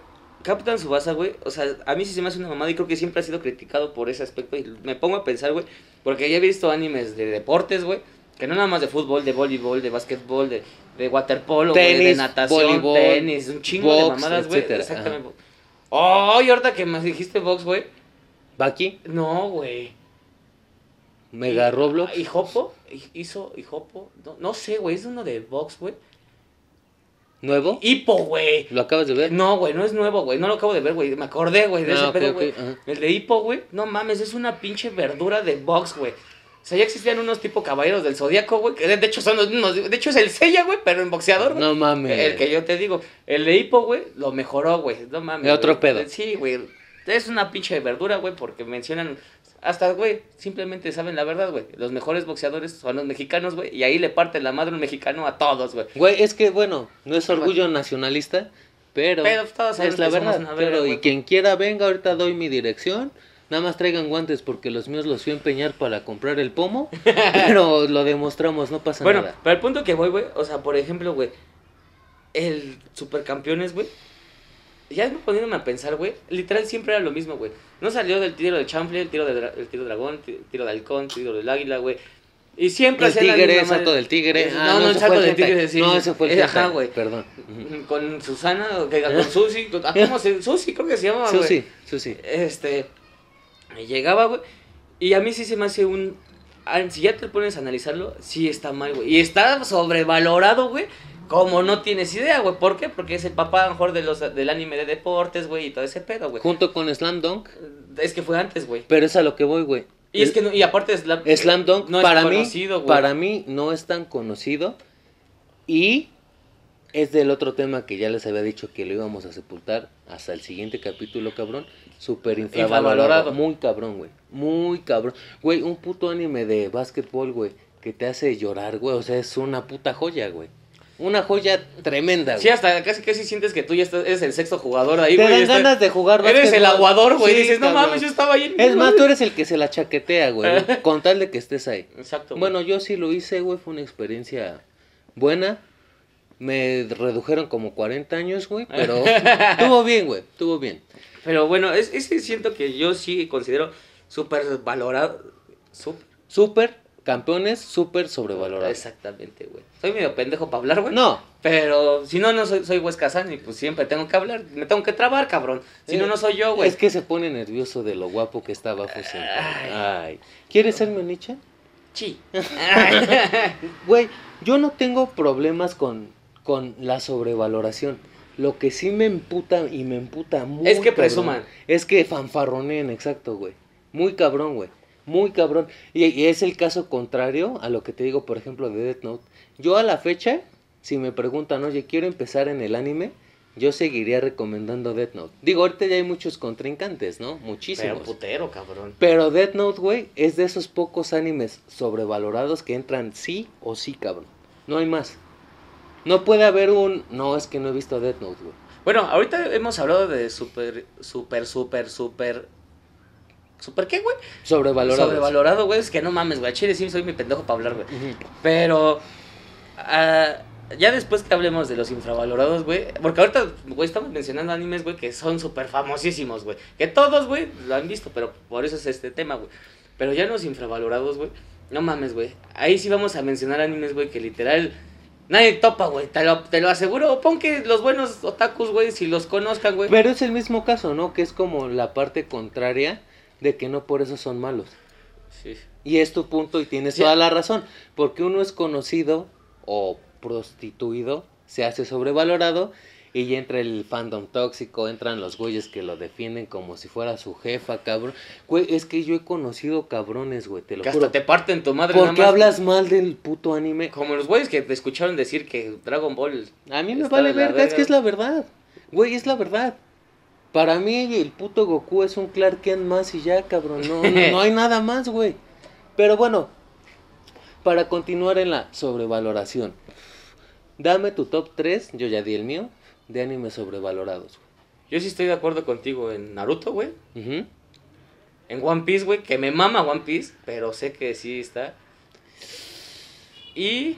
[SPEAKER 2] Captain Subasa, güey, o sea, a mí sí se me hace una mamada y creo que siempre ha sido criticado por ese aspecto. Y me pongo a pensar, güey, porque ya he visto animes de deportes, güey, que no nada más de fútbol, de voleibol, de básquetbol, de, de waterpolo, güey, de
[SPEAKER 1] Tenis,
[SPEAKER 2] natación,
[SPEAKER 1] voleibol,
[SPEAKER 2] tenis, un chingo de
[SPEAKER 1] box,
[SPEAKER 2] mamadas, güey.
[SPEAKER 1] etcétera,
[SPEAKER 2] Exactamente. Oh, y ahorita que me dijiste box, güey,
[SPEAKER 1] Baki,
[SPEAKER 2] no, güey. Ah,
[SPEAKER 1] Mega Roblox.
[SPEAKER 2] ¿Y Jopo? ¿Y- ¿Hizo Hijopo? No, no sé, güey, es uno de box, güey.
[SPEAKER 1] ¿Nuevo?
[SPEAKER 2] Hipo, güey.
[SPEAKER 1] ¿Lo acabas de ver?
[SPEAKER 2] No, güey, no es nuevo, güey. No lo acabo de ver, güey. Me acordé, güey, de
[SPEAKER 1] Ah,
[SPEAKER 2] ese
[SPEAKER 1] ok,
[SPEAKER 2] pedo,
[SPEAKER 1] ok,
[SPEAKER 2] güey.
[SPEAKER 1] ajá.
[SPEAKER 2] El de hipo, güey. No mames, es una pinche verdura de box, güey. O sea, ya existían unos tipo caballeros del zodiaco, güey. Que de de hecho son los mismos. De hecho es el Seiya, güey, pero en boxeador, güey.
[SPEAKER 1] No mames.
[SPEAKER 2] El que yo te digo. El de hipo, güey, lo mejoró, güey. No mames.
[SPEAKER 1] De otro
[SPEAKER 2] güey.
[SPEAKER 1] pedo.
[SPEAKER 2] Sí, güey. Es una pinche verdura, güey, porque mencionan. Hasta, güey, simplemente saben la verdad, güey. Los mejores boxeadores son los mexicanos, güey. Y ahí le parten la madre un mexicano a todos, güey.
[SPEAKER 1] Güey, es que bueno, no es orgullo nacionalista, pero,
[SPEAKER 2] Pero todos sabemos
[SPEAKER 1] es la
[SPEAKER 2] que somos
[SPEAKER 1] verdad.
[SPEAKER 2] una verga,
[SPEAKER 1] pero, y
[SPEAKER 2] güey.
[SPEAKER 1] quien quiera venga, ahorita doy mi dirección. Nada más traigan guantes porque los míos los fui a empeñar para comprar el pomo. pero lo demostramos, no pasa
[SPEAKER 2] Bueno,
[SPEAKER 1] nada.
[SPEAKER 2] pero el punto que voy, güey, o sea, por ejemplo, güey, el Supercampeones, güey, ya no poniéndome a pensar, güey, literal siempre era lo mismo, güey. No salió del tiro de chanfle, el tiro de dra- el tiro de dragón, ti- tiro de halcón, tiro del águila, güey. Y siempre
[SPEAKER 1] El
[SPEAKER 2] hacía la
[SPEAKER 1] tigre,
[SPEAKER 2] misma
[SPEAKER 1] el salto
[SPEAKER 2] madre.
[SPEAKER 1] del tigre.
[SPEAKER 2] Eh,
[SPEAKER 1] Ah,
[SPEAKER 2] no, no, el
[SPEAKER 1] ese
[SPEAKER 2] salto
[SPEAKER 1] fue
[SPEAKER 2] del
[SPEAKER 1] hentai.
[SPEAKER 2] tigre, sí.
[SPEAKER 1] No, ese fue el
[SPEAKER 2] Eh, ajá,
[SPEAKER 1] hentai,
[SPEAKER 2] güey.
[SPEAKER 1] Perdón.
[SPEAKER 2] Con Susana, o que con Susi, con- ah, ¿cómo se? Susi creo que se llama, güey.
[SPEAKER 1] Susi, Susi.
[SPEAKER 2] Este. me Llegaba, güey. Y a mí sí se me hace un. ah, Si ya te pones a analizarlo, sí está mal, güey. Y está sobrevalorado, güey. Como no tienes idea, güey. ¿Por qué? Porque es el papá a lo mejor de los, del anime de deportes, güey, y todo ese pedo, güey.
[SPEAKER 1] Junto con Slam Dunk.
[SPEAKER 2] Es que fue antes, güey.
[SPEAKER 1] Pero es a lo que voy, güey.
[SPEAKER 2] Y es que no- y aparte es la,
[SPEAKER 1] Slam Dunk
[SPEAKER 2] Eh, no es
[SPEAKER 1] para,
[SPEAKER 2] conocido,
[SPEAKER 1] mí,
[SPEAKER 2] güey.
[SPEAKER 1] para mí no es tan conocido. Y es del otro tema que ya les había dicho que lo íbamos a sepultar hasta el siguiente capítulo, cabrón. Súper infravalorado.
[SPEAKER 2] Infravalorado.
[SPEAKER 1] Muy cabrón, güey. Muy cabrón. Güey, un puto anime de básquetbol, güey, que te hace llorar, güey. O sea, es una puta joya, güey. Una joya tremenda, güey.
[SPEAKER 2] Sí, hasta casi casi sientes que tú ya estás, eres el sexto jugador ahí,
[SPEAKER 1] te
[SPEAKER 2] güey.
[SPEAKER 1] dan
[SPEAKER 2] está-
[SPEAKER 1] ganas de jugar
[SPEAKER 2] Eres el
[SPEAKER 1] básquetbol.
[SPEAKER 2] aguador, güey.
[SPEAKER 1] Sí,
[SPEAKER 2] dices, no
[SPEAKER 1] cabrón.
[SPEAKER 2] mames, yo estaba ahí.
[SPEAKER 1] Es más, tú eres el que se la chaquetea, güey. con tal de que estés ahí.
[SPEAKER 2] Exacto. güey.
[SPEAKER 1] Bueno, yo sí lo hice, güey, fue una experiencia buena. Me redujeron como 40 años, güey, pero estuvo bien, güey, estuvo bien.
[SPEAKER 2] Pero bueno, es, ese siento que yo sí considero súper valorado. Súper.
[SPEAKER 1] Súper campeones, súper sobrevalorados.
[SPEAKER 2] Exactamente, güey. Soy medio pendejo para hablar, güey.
[SPEAKER 1] No,
[SPEAKER 2] Pero si no, no soy, soy Huescazán y pues siempre tengo que hablar. Me tengo que trabar, cabrón. Si no,
[SPEAKER 1] Eh,
[SPEAKER 2] no soy yo, güey.
[SPEAKER 1] es que se pone nervioso de lo guapo que está abajo sentado. Ay. ¿Quieres ser mi Onicha?
[SPEAKER 2] Chi.
[SPEAKER 1] Güey, yo no tengo problemas con, con la sobrevaloración. Lo que sí me emputa y me emputa muy
[SPEAKER 2] Es que
[SPEAKER 1] cabrón,
[SPEAKER 2] presuman.
[SPEAKER 1] Es que fanfarroneen, exacto, güey. Muy cabrón, güey. Muy cabrón. Y, y es el caso contrario a lo que te digo, por ejemplo, de Death Note. Yo a la fecha, si me preguntan, oye, quiero empezar en el anime, yo seguiría recomendando Death Note. Digo, ahorita ya hay muchos contrincantes, ¿no?
[SPEAKER 2] Pero pues,
[SPEAKER 1] Muchísimos.
[SPEAKER 2] putero, cabrón.
[SPEAKER 1] Pero Death Note, güey, es de esos pocos animes sobrevalorados que entran sí o sí, cabrón. No hay más. No puede haber un... No, es que no he visto Death Note, güey.
[SPEAKER 2] Bueno, ahorita hemos hablado de super, super, super, super. ¿Super qué, güey?
[SPEAKER 1] Sobrevalorados.
[SPEAKER 2] Sobrevalorado, güey. Es que no mames, güey. Al Chile sí soy mi pendejo para hablar, güey.
[SPEAKER 1] Ujú.
[SPEAKER 2] Pero. ah, ya después que hablemos de los infravalorados, güey. Porque ahorita, güey, estamos mencionando animes, güey, que son súper famosísimos, güey. Que todos, güey, lo han visto, pero por eso es este tema, güey. Pero ya los infravalorados, güey. No mames, güey. Ahí sí vamos a mencionar animes, güey, que literal. Nadie topa, güey. Te lo, te lo aseguro. Pon que los buenos otakus, güey, si los conozcan, güey.
[SPEAKER 1] Pero es el mismo caso, ¿no? Que es como la parte contraria de que no por eso son malos.
[SPEAKER 2] Sí.
[SPEAKER 1] Y es tu punto y tienes
[SPEAKER 2] Sí.
[SPEAKER 1] toda la razón. Porque uno es conocido o prostituido, se hace sobrevalorado y ya entra el fandom tóxico, entran los güeyes que lo defienden como si fuera su jefa, cabrón. Güey, es que yo he conocido cabrones, güey, te lo
[SPEAKER 2] Que
[SPEAKER 1] juro.
[SPEAKER 2] hasta te parten tu madre.
[SPEAKER 1] ¿Por
[SPEAKER 2] nada
[SPEAKER 1] qué
[SPEAKER 2] más.
[SPEAKER 1] hablas mal del puto anime?
[SPEAKER 2] Como los güeyes que te escucharon decir que Dragon Ball.
[SPEAKER 1] A mí me
[SPEAKER 2] Está
[SPEAKER 1] vale
[SPEAKER 2] de la
[SPEAKER 1] verga, es que
[SPEAKER 2] verga.
[SPEAKER 1] es la verdad. Güey, es la verdad. Para mí el puto Goku es un Clark Kent más y ya, cabrón. No, no, no hay nada más, güey. Pero bueno, para continuar en la sobrevaloración. Dame tu top 3, yo ya di el mío, de animes sobrevalorados.
[SPEAKER 2] Yo sí estoy de acuerdo contigo en Naruto, güey.
[SPEAKER 1] güey. Ujú.
[SPEAKER 2] En One Piece, güey, que me mama One Piece, pero sé que sí está. Y.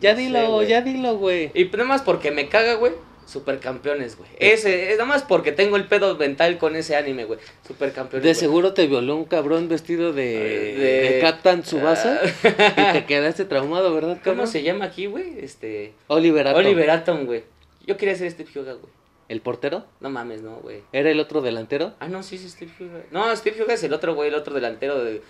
[SPEAKER 1] Ya
[SPEAKER 2] no sé,
[SPEAKER 1] dilo,
[SPEAKER 2] güey.
[SPEAKER 1] ya dilo, güey.
[SPEAKER 2] Y nada más porque me caga, güey. Supercampeones, güey.
[SPEAKER 1] Eh.
[SPEAKER 2] Ese, es nada más porque tengo el pedo mental con ese anime, güey. Supercampeones.
[SPEAKER 1] De
[SPEAKER 2] güey.
[SPEAKER 1] seguro te violó un cabrón vestido de,
[SPEAKER 2] Eh,
[SPEAKER 1] de...
[SPEAKER 2] de- Ah.
[SPEAKER 1] Captain Tsubasa y te quedaste traumado, ¿verdad,
[SPEAKER 2] ¿Cómo
[SPEAKER 1] cabrón?
[SPEAKER 2] se llama aquí, güey? Este.
[SPEAKER 1] Oliver Atom.
[SPEAKER 2] Oliver Atom, güey. Yo quería ser Steve Hyuga, güey.
[SPEAKER 1] ¿El portero?
[SPEAKER 2] No mames, no, güey.
[SPEAKER 1] ¿Era el otro delantero?
[SPEAKER 2] Ah, no, sí, sí, Steve Hyuga. No, Steve Hyuga es el otro, güey, el otro delantero de.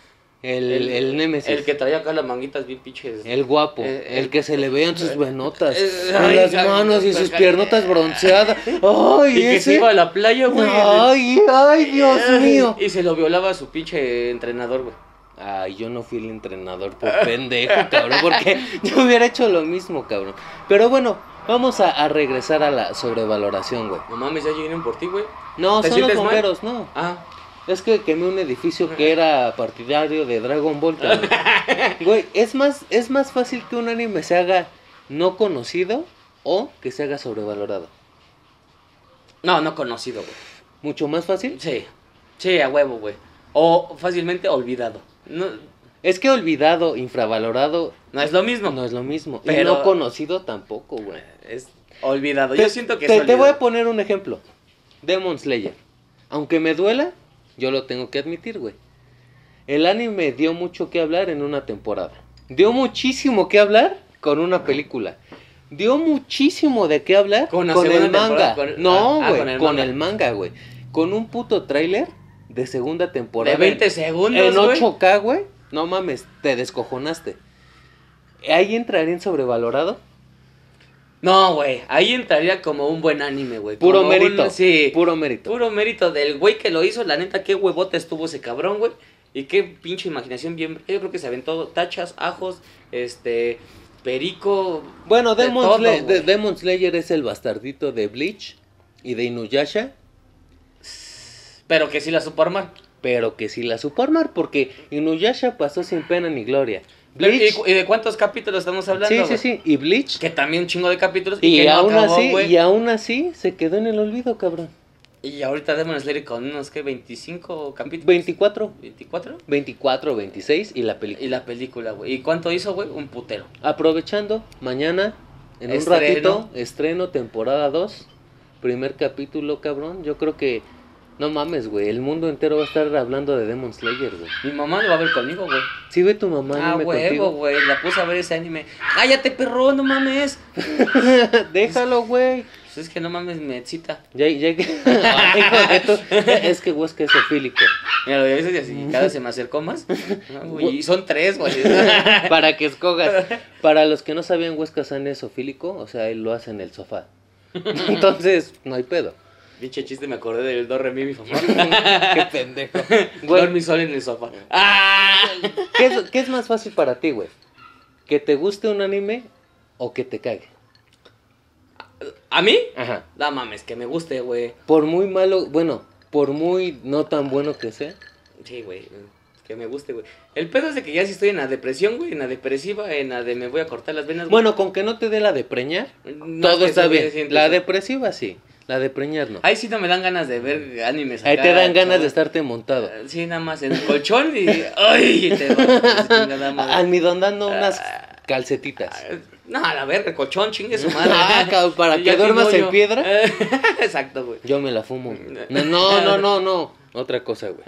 [SPEAKER 1] El, el, Némesis.
[SPEAKER 2] El que traía acá las manguitas bien pinches.
[SPEAKER 1] El guapo,
[SPEAKER 2] Eh,
[SPEAKER 1] el
[SPEAKER 2] el-
[SPEAKER 1] que se le veían sus venotas,
[SPEAKER 2] Eh,
[SPEAKER 1] en
[SPEAKER 2] ay,
[SPEAKER 1] las
[SPEAKER 2] ay,
[SPEAKER 1] manos y
[SPEAKER 2] ay,
[SPEAKER 1] sus
[SPEAKER 2] ay,
[SPEAKER 1] piernotas
[SPEAKER 2] ay,
[SPEAKER 1] bronceadas. ¡Ay,
[SPEAKER 2] Y que se
[SPEAKER 1] ese!
[SPEAKER 2] iba a la playa, güey.
[SPEAKER 1] ¡Ay, ay, Dios mío!
[SPEAKER 2] Y se lo violaba a su pinche entrenador, güey.
[SPEAKER 1] Ay, yo no fui el entrenador por pendejo, cabrón, porque yo hubiera hecho lo mismo, cabrón. Pero bueno, vamos a, a regresar a la sobrevaloración, güey.
[SPEAKER 2] No mames, ya llegaron por ti, güey.
[SPEAKER 1] No,
[SPEAKER 2] ¿Te
[SPEAKER 1] son los
[SPEAKER 2] sientes mal?
[SPEAKER 1] bomberos, no.
[SPEAKER 2] Ah,
[SPEAKER 1] Es que quemé un edificio que era partidario de Dragon Ball. cabrón. Güey, es más, es más fácil que un anime se haga no conocido o que se haga sobrevalorado.
[SPEAKER 2] no, no conocido, güey.
[SPEAKER 1] Mucho más fácil.
[SPEAKER 2] Sí, sí, a huevo, güey. O fácilmente olvidado. No,
[SPEAKER 1] Es que olvidado, infravalorado,
[SPEAKER 2] no es lo mismo.
[SPEAKER 1] no es lo mismo. Y
[SPEAKER 2] Pero-
[SPEAKER 1] no conocido tampoco, güey.
[SPEAKER 2] Es olvidado.
[SPEAKER 1] Te-
[SPEAKER 2] Yo siento que
[SPEAKER 1] te,
[SPEAKER 2] es
[SPEAKER 1] te
[SPEAKER 2] olvidado.
[SPEAKER 1] voy a poner un ejemplo. Demon Slayer. Aunque me duela, yo lo tengo que admitir, güey. El anime dio mucho que hablar en una temporada. Dio muchísimo que hablar con una película. Dio muchísimo de qué hablar
[SPEAKER 2] Con
[SPEAKER 1] con,
[SPEAKER 2] la
[SPEAKER 1] el
[SPEAKER 2] segunda
[SPEAKER 1] manga.
[SPEAKER 2] temporada, con-
[SPEAKER 1] no,
[SPEAKER 2] ah, ah,
[SPEAKER 1] güey,
[SPEAKER 2] con el
[SPEAKER 1] con
[SPEAKER 2] manga.
[SPEAKER 1] el manga, güey. Con un puto tráiler de segunda temporada.
[SPEAKER 2] De 20
[SPEAKER 1] en-
[SPEAKER 2] segundos,
[SPEAKER 1] en
[SPEAKER 2] güey.
[SPEAKER 1] 8K, güey. No mames, te descojonaste. Ahí entraría en sobrevalorado.
[SPEAKER 2] No, güey. Ahí entraría como un buen anime, güey.
[SPEAKER 1] Puro
[SPEAKER 2] Como un-
[SPEAKER 1] mérito.
[SPEAKER 2] sí.
[SPEAKER 1] Puro mérito.
[SPEAKER 2] Puro mérito del güey que lo hizo, la neta, qué huevota estuvo ese cabrón, güey. Y qué pinche imaginación bien. Yo creo que se aventó tachas, ajos, este. Perico.
[SPEAKER 1] Bueno,
[SPEAKER 2] de
[SPEAKER 1] Demon,
[SPEAKER 2] todo,
[SPEAKER 1] Sla- de-
[SPEAKER 2] güey.
[SPEAKER 1] Demon Slayer es el bastardito de Bleach y de Inuyasha,
[SPEAKER 2] Pero que sí la supo armar.
[SPEAKER 1] pero que sí la supo armar porque Inuyasha pasó sin pena ni gloria.
[SPEAKER 2] Pero, ¿Y,
[SPEAKER 1] Bleach,
[SPEAKER 2] cu- y de cuántos capítulos estamos hablando?
[SPEAKER 1] sí, sí,
[SPEAKER 2] güey?
[SPEAKER 1] sí, y Bleach.
[SPEAKER 2] Que también un chingo de capítulos. Y,
[SPEAKER 1] Y,
[SPEAKER 2] que no
[SPEAKER 1] aún
[SPEAKER 2] acabó,
[SPEAKER 1] así,
[SPEAKER 2] güey.
[SPEAKER 1] y aún así se quedó en el olvido, cabrón.
[SPEAKER 2] Y ahorita Demon Slayer con unos que 25 capítulos.
[SPEAKER 1] 24,
[SPEAKER 2] 24.
[SPEAKER 1] 24, 26 y la película.
[SPEAKER 2] Y la película, güey. ¿Y cuánto hizo, güey? Un putero.
[SPEAKER 1] Aprovechando, mañana, en un
[SPEAKER 2] Estreno.
[SPEAKER 1] ratito, estreno temporada 2, primer capítulo, cabrón. Yo creo que, no mames, güey, el mundo entero va a estar hablando de Demon Slayer, güey.
[SPEAKER 2] Mi mamá lo va a ver conmigo, güey.
[SPEAKER 1] Sí, ve tu mamá
[SPEAKER 2] Ah,
[SPEAKER 1] anime
[SPEAKER 2] huevo,
[SPEAKER 1] contigo.
[SPEAKER 2] güey. La puse a ver ese anime. ¡Cállate, perro! ¡No mames!
[SPEAKER 1] Déjalo, güey.
[SPEAKER 2] Pues es que no mames, me excita.
[SPEAKER 1] Ya, ya que. Ay, hijo de tu- Es que güey, es que es ofílico.
[SPEAKER 2] Mira, lo dices y
[SPEAKER 1] Mm.
[SPEAKER 2] así, cada se me acercó más. No, güey, y son tres, güey.
[SPEAKER 1] Para que escogas. Para los que no sabían, Huesca San es ofílico, o sea, él lo hace en el sofá. Entonces, no hay pedo.
[SPEAKER 2] Pinche chiste, me acordé del Do Re Mi, mi favor.
[SPEAKER 1] Qué pendejo. Güey,
[SPEAKER 2] Dormí solo en el sofá. ¡Ah!
[SPEAKER 1] ¿qué es, qué es más fácil para ti, güey? ¿Que te guste un anime o que te cague?
[SPEAKER 2] ¿A mí?
[SPEAKER 1] Ajá.
[SPEAKER 2] No mames, que me guste, güey.
[SPEAKER 1] Por muy malo, bueno, por muy no tan bueno que sea.
[SPEAKER 2] Sí, güey. Que me guste, güey. El pedo es de que ya si estoy en la depresión, güey. En la depresiva, en la de me voy a cortar las venas, güey.
[SPEAKER 1] Bueno, con que no te dé la de preñar,
[SPEAKER 2] No es
[SPEAKER 1] todo
[SPEAKER 2] que
[SPEAKER 1] está
[SPEAKER 2] se me
[SPEAKER 1] bien.
[SPEAKER 2] siente
[SPEAKER 1] La
[SPEAKER 2] eso.
[SPEAKER 1] depresiva sí, la de preñar no.
[SPEAKER 2] Ahí sí no me dan ganas de ver animes.
[SPEAKER 1] Ahí
[SPEAKER 2] acá,
[SPEAKER 1] te dan ganas
[SPEAKER 2] ah, ¿no? Ah,
[SPEAKER 1] de estarte montado.
[SPEAKER 2] Sí, nada más en el colchón y. ¡Ay! Te nada más.
[SPEAKER 1] Almidonando unas
[SPEAKER 2] Ah.
[SPEAKER 1] calcetitas.
[SPEAKER 2] No, a la verga, el colchón, chingue su madre.
[SPEAKER 1] Ah, cabrón, ¿para que
[SPEAKER 2] Y ya tengo
[SPEAKER 1] duermas en
[SPEAKER 2] yo.
[SPEAKER 1] piedra?
[SPEAKER 2] Exacto, güey.
[SPEAKER 1] Yo me la fumo. No, no, no, no, no. Otra cosa, güey.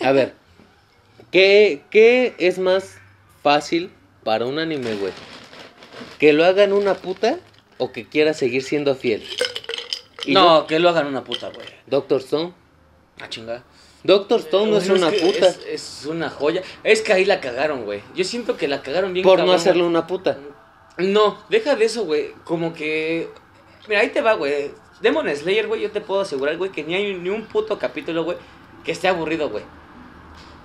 [SPEAKER 1] A ver, ¿qué, ¿qué es más fácil para un anime, güey? ¿Que lo hagan una puta o que quiera seguir siendo fiel? Y
[SPEAKER 2] No, que lo hagan una puta, güey.
[SPEAKER 1] Doctor Stone.
[SPEAKER 2] Ah, chingada.
[SPEAKER 1] Doctor Stone no es una
[SPEAKER 2] que
[SPEAKER 1] puta.
[SPEAKER 2] Es, es una joya. Es que ahí la cagaron, güey. Yo siento que la cagaron bien.
[SPEAKER 1] Por no
[SPEAKER 2] cabrón,
[SPEAKER 1] hacerlo una puta.
[SPEAKER 2] güey. No, deja de eso, güey. Como que. Mira, ahí te va, güey. Demon Slayer, güey, yo te puedo asegurar, güey, que ni hay ni un puto capítulo, güey, que esté aburrido, güey.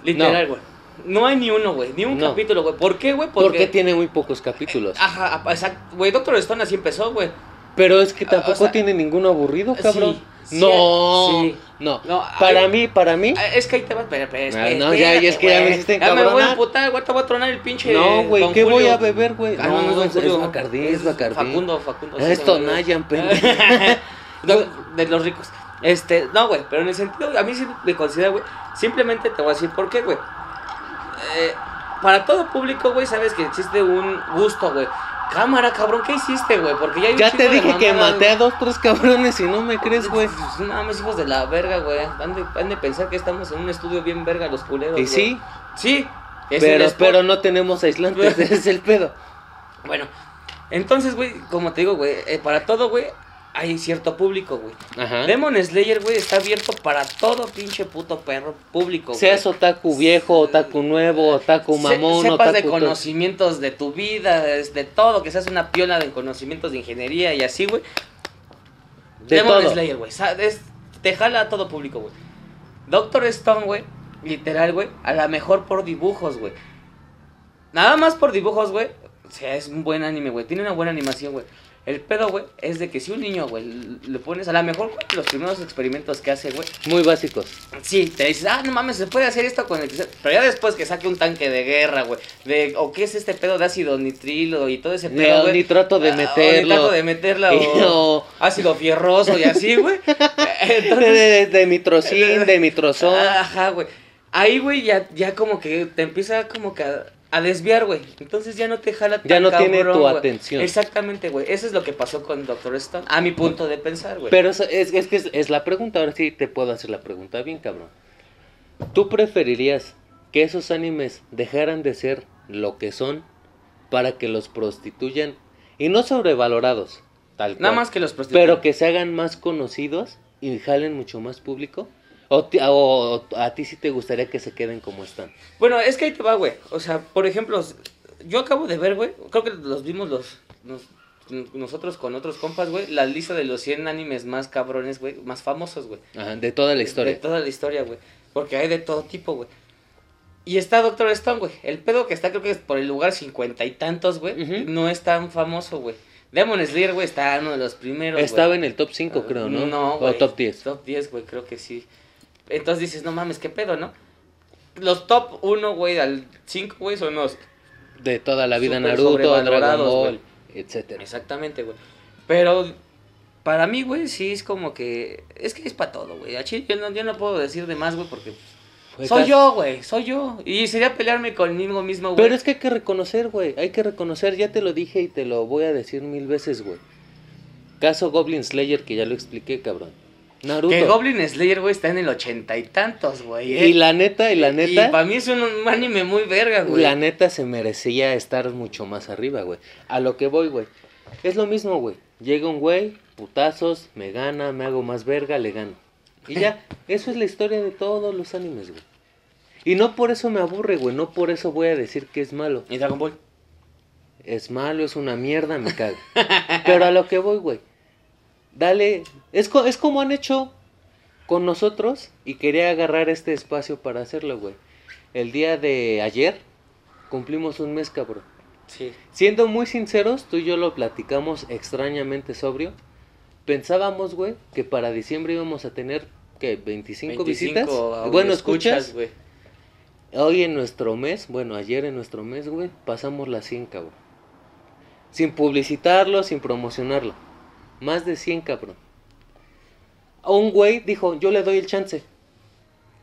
[SPEAKER 2] Literal, güey. No. hay ni uno, güey. Ni un
[SPEAKER 1] No.
[SPEAKER 2] capítulo, güey. ¿Por qué, güey?
[SPEAKER 1] Porque tiene muy pocos capítulos.
[SPEAKER 2] Ajá, apa- exacto. Güey, Doctor Stone así empezó, güey.
[SPEAKER 1] Pero es que
[SPEAKER 2] Ah, o
[SPEAKER 1] tampoco
[SPEAKER 2] sea,
[SPEAKER 1] tiene ninguno aburrido,
[SPEAKER 2] sí,
[SPEAKER 1] cabrón.
[SPEAKER 2] sí,
[SPEAKER 1] no,
[SPEAKER 2] sí.
[SPEAKER 1] no,
[SPEAKER 2] No,
[SPEAKER 1] Para
[SPEAKER 2] hay-
[SPEAKER 1] mí, para mí.
[SPEAKER 2] Ah, Es que ahí te vas, pero, pero,
[SPEAKER 1] Ah,
[SPEAKER 2] espérate,
[SPEAKER 1] no, ya, ya es que ya me
[SPEAKER 2] güey.
[SPEAKER 1] hiciste
[SPEAKER 2] Ya me voy a
[SPEAKER 1] encabronar.
[SPEAKER 2] emputar, güey, te voy a tronar el pinche.
[SPEAKER 1] no, güey,
[SPEAKER 2] Don
[SPEAKER 1] ¿qué
[SPEAKER 2] Julio.
[SPEAKER 1] voy a beber, güey?
[SPEAKER 2] Ah, no, no,
[SPEAKER 1] Don
[SPEAKER 2] es Don Julio.
[SPEAKER 1] es Bacardí, es
[SPEAKER 2] Es
[SPEAKER 1] Bacardí.
[SPEAKER 2] Facundo, Facundo.
[SPEAKER 1] Ah, es
[SPEAKER 2] sí, se me olvidó.
[SPEAKER 1] Tonayan, pendejo.
[SPEAKER 2] No, de los ricos. Este, no, güey, pero en el sentido, a mí sí me considera, güey. Simplemente te voy a decir por qué, güey. Eh, para todo público, güey, sabes que existe un gusto, güey. Cámara, cabrón, ¿qué hiciste, güey? Porque ya hay un
[SPEAKER 1] Ya
[SPEAKER 2] chingo
[SPEAKER 1] te
[SPEAKER 2] de
[SPEAKER 1] dije que
[SPEAKER 2] mamadas,
[SPEAKER 1] maté a dos, tres cabrones y no me crees, güey.
[SPEAKER 2] no mames, hijos de la verga, güey. Han de, han de pensar que estamos en un estudio bien verga, los culeros.
[SPEAKER 1] Y
[SPEAKER 2] güey.
[SPEAKER 1] sí,
[SPEAKER 2] Sí. es el
[SPEAKER 1] pero,
[SPEAKER 2] spot.
[SPEAKER 1] pero no tenemos aislantes, ese es el pedo.
[SPEAKER 2] Bueno, entonces, güey, como te digo, güey, eh, para todo, güey, hay cierto público, güey.
[SPEAKER 1] Ajá.
[SPEAKER 2] Demon Slayer, güey, está abierto para todo pinche puto perro público, güey.
[SPEAKER 1] Seas otaku viejo, otaku nuevo, otaku
[SPEAKER 2] Se-
[SPEAKER 1] mamón,
[SPEAKER 2] sepas de
[SPEAKER 1] otaku todo.
[SPEAKER 2] conocimientos de tu vida, es de todo, que seas una piola de conocimientos de ingeniería y así, güey.
[SPEAKER 1] De
[SPEAKER 2] Demon
[SPEAKER 1] todo.
[SPEAKER 2] Slayer, güey. sa- es- Te jala a todo público, güey. Doctor Stone, güey. Literal, güey. A lo mejor por dibujos, güey. Nada más por dibujos, güey. O sea, es un buen anime, güey. Tiene una buena animación, güey. El pedo, güey, es de que si un niño, güey, l- le pones a lo mejor güey, los primeros experimentos que hace, güey.
[SPEAKER 1] Muy básicos.
[SPEAKER 2] Sí, te dices, ah, no mames, se puede hacer esto con el cristal. Pero ya después que saque un tanque de guerra, güey. De, o qué es este pedo de ácido nitrilo y todo ese
[SPEAKER 1] De
[SPEAKER 2] pedo, güey.
[SPEAKER 1] nitrato de
[SPEAKER 2] Ah, o
[SPEAKER 1] meterlo.
[SPEAKER 2] nitrato de meterla
[SPEAKER 1] Y
[SPEAKER 2] o
[SPEAKER 1] no,
[SPEAKER 2] ácido fierroso y así, güey.
[SPEAKER 1] de,
[SPEAKER 2] Entonces, Ah,
[SPEAKER 1] de, de mitrocin, de mitrozón.
[SPEAKER 2] ajá, güey. Ahí, güey, ya, ya como que te empieza como que a, a desviar, güey. Entonces ya no te jala tan
[SPEAKER 1] Ya no tiene
[SPEAKER 2] cabrón,
[SPEAKER 1] tu
[SPEAKER 2] güey.
[SPEAKER 1] atención.
[SPEAKER 2] Exactamente, güey. Eso es lo que pasó con Doctor Stone. A mi punto de pensar, güey.
[SPEAKER 1] Pero eso es, es que es, es la pregunta, ahora sí te puedo hacer la pregunta bien, cabrón. ¿Tú preferirías que esos animes dejaran de ser lo que son para que los prostituyan y no sobrevalorados, tal cual?
[SPEAKER 2] Nada más que los prostituyen.
[SPEAKER 1] pero que se hagan más conocidos y jalen mucho más público. ¿O, ti- o- o a ti sí te gustaría que se queden como están?
[SPEAKER 2] Bueno, es que ahí te va, güey. O sea, por ejemplo, s- yo acabo de ver, güey. Creo que los vimos los. nos- n- nosotros con otros compas, güey. La lista de los 100 animes más cabrones, güey. Más famosos, güey.
[SPEAKER 1] Ajá, de toda la historia.
[SPEAKER 2] De toda la historia, güey. Porque hay de todo tipo, güey. Y está Doctor Stone, güey. El pedo que está, creo que es por el lugar cincuenta y tantos, güey.
[SPEAKER 1] Ujú.
[SPEAKER 2] No es tan famoso, güey. Demon Slayer, güey, está uno de los primeros. güey.
[SPEAKER 1] Estaba en el top 5,
[SPEAKER 2] Ah,
[SPEAKER 1] creo, ¿no?
[SPEAKER 2] No,
[SPEAKER 1] O
[SPEAKER 2] güey.
[SPEAKER 1] top 10.
[SPEAKER 2] Top 10, güey, creo que sí. Entonces dices, no mames, qué pedo, ¿no? Los top 1, güey, al 5, güey, son los.
[SPEAKER 1] De toda la vida
[SPEAKER 2] Súper
[SPEAKER 1] Naruto, Dragon
[SPEAKER 2] sobrevalorados,
[SPEAKER 1] Ball, etcétera.
[SPEAKER 2] Exactamente, güey. Pero para mí, güey, sí es como que. Es que es para todo, güey. A Chile, yo no, yo no puedo decir de más, güey, porque.
[SPEAKER 1] Pues
[SPEAKER 2] soy
[SPEAKER 1] estás-
[SPEAKER 2] yo, güey, soy yo. Y sería pelearme conmigo mismo, güey.
[SPEAKER 1] Pero es que hay que reconocer, güey. Hay que reconocer, ya te lo dije y te lo voy a decir mil veces, güey. Caso Goblin Slayer, que ya lo expliqué, cabrón. Naruto.
[SPEAKER 2] Que Goblin Slayer, güey, está en el ochenta y tantos, güey. ¿eh?
[SPEAKER 1] y la neta, y la
[SPEAKER 2] Y
[SPEAKER 1] neta,
[SPEAKER 2] para mí es un, un anime muy verga, güey.
[SPEAKER 1] la neta se merecía estar mucho más arriba, güey. A lo que voy, güey. Es lo mismo, güey. Llega un güey, putazos, me gana, me hago más verga, le gano. Y ya, eso es la historia de todos los animes, güey. Y no por eso me aburre, güey. No por eso voy a decir que es malo.
[SPEAKER 2] Y Dragon Ball.
[SPEAKER 1] Es malo, es una mierda, me cago. Pero a lo que voy, güey. Dale, es, co- es como han hecho con nosotros y quería agarrar este espacio para hacerlo, güey. El día de ayer cumplimos un mes, cabrón.
[SPEAKER 2] Sí.
[SPEAKER 1] Siendo muy sinceros, tú y yo lo platicamos extrañamente sobrio. Pensábamos, güey, que para diciembre íbamos a tener, ¿qué? 25, visitas.
[SPEAKER 2] audio
[SPEAKER 1] Bueno, escuchas.
[SPEAKER 2] güey.
[SPEAKER 1] Hoy en nuestro mes, bueno, ayer en nuestro mes, güey, pasamos las 100, cabrón. Sin publicitarlo, sin promocionarlo. Más de 100, cabrón. A Un güey dijo, yo le doy el chance.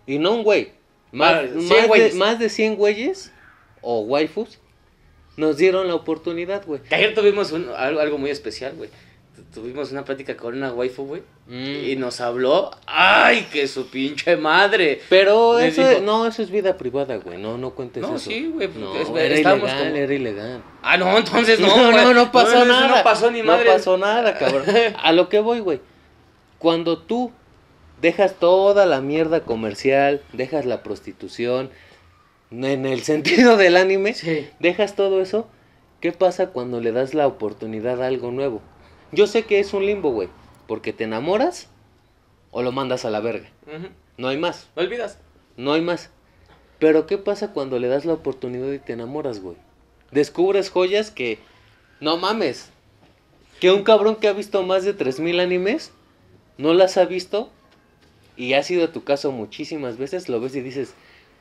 [SPEAKER 1] Y no un güey. Más,
[SPEAKER 2] Ah, cien
[SPEAKER 1] más de,
[SPEAKER 2] güeyes.
[SPEAKER 1] más de 100 güeyes o waifus nos dieron la oportunidad, güey.
[SPEAKER 2] Que ayer tuvimos un- algo, algo muy especial, güey. Tu- Tuvimos una plática con una waifu, güey.
[SPEAKER 1] Mm.
[SPEAKER 2] Y nos habló. ¡Ay, que su pinche madre!
[SPEAKER 1] Pero
[SPEAKER 2] Le
[SPEAKER 1] eso
[SPEAKER 2] dijo-
[SPEAKER 1] es- no, eso es vida privada, güey. No, no cuentes
[SPEAKER 2] No,
[SPEAKER 1] eso.
[SPEAKER 2] sí, güey, pues,
[SPEAKER 1] No,
[SPEAKER 2] es-
[SPEAKER 1] era
[SPEAKER 2] estábamos
[SPEAKER 1] ilegal,
[SPEAKER 2] como-
[SPEAKER 1] era ilegal.
[SPEAKER 2] Ah, no, entonces no.
[SPEAKER 1] No, no,
[SPEAKER 2] güey.
[SPEAKER 1] no, pasó
[SPEAKER 2] eso
[SPEAKER 1] nada.
[SPEAKER 2] No pasó ni madre.
[SPEAKER 1] No pasó nada, cabrón. A lo que voy, güey. Cuando tú dejas toda la mierda comercial, dejas la prostitución, en el sentido del anime,
[SPEAKER 2] Sí.
[SPEAKER 1] dejas todo eso, ¿qué pasa cuando le das la oportunidad a algo nuevo? Yo sé que es un limbo, güey, porque te enamoras o lo mandas a la verga.
[SPEAKER 2] Ujú.
[SPEAKER 1] No hay más.
[SPEAKER 2] No olvidas.
[SPEAKER 1] No hay más. Pero ¿qué pasa cuando le das la oportunidad y te enamoras, güey? Descubres joyas que... No mames. Que un cabrón que ha visto más de 3.000 animes, no las ha visto y ha sido tu caso muchísimas veces, lo ves y dices,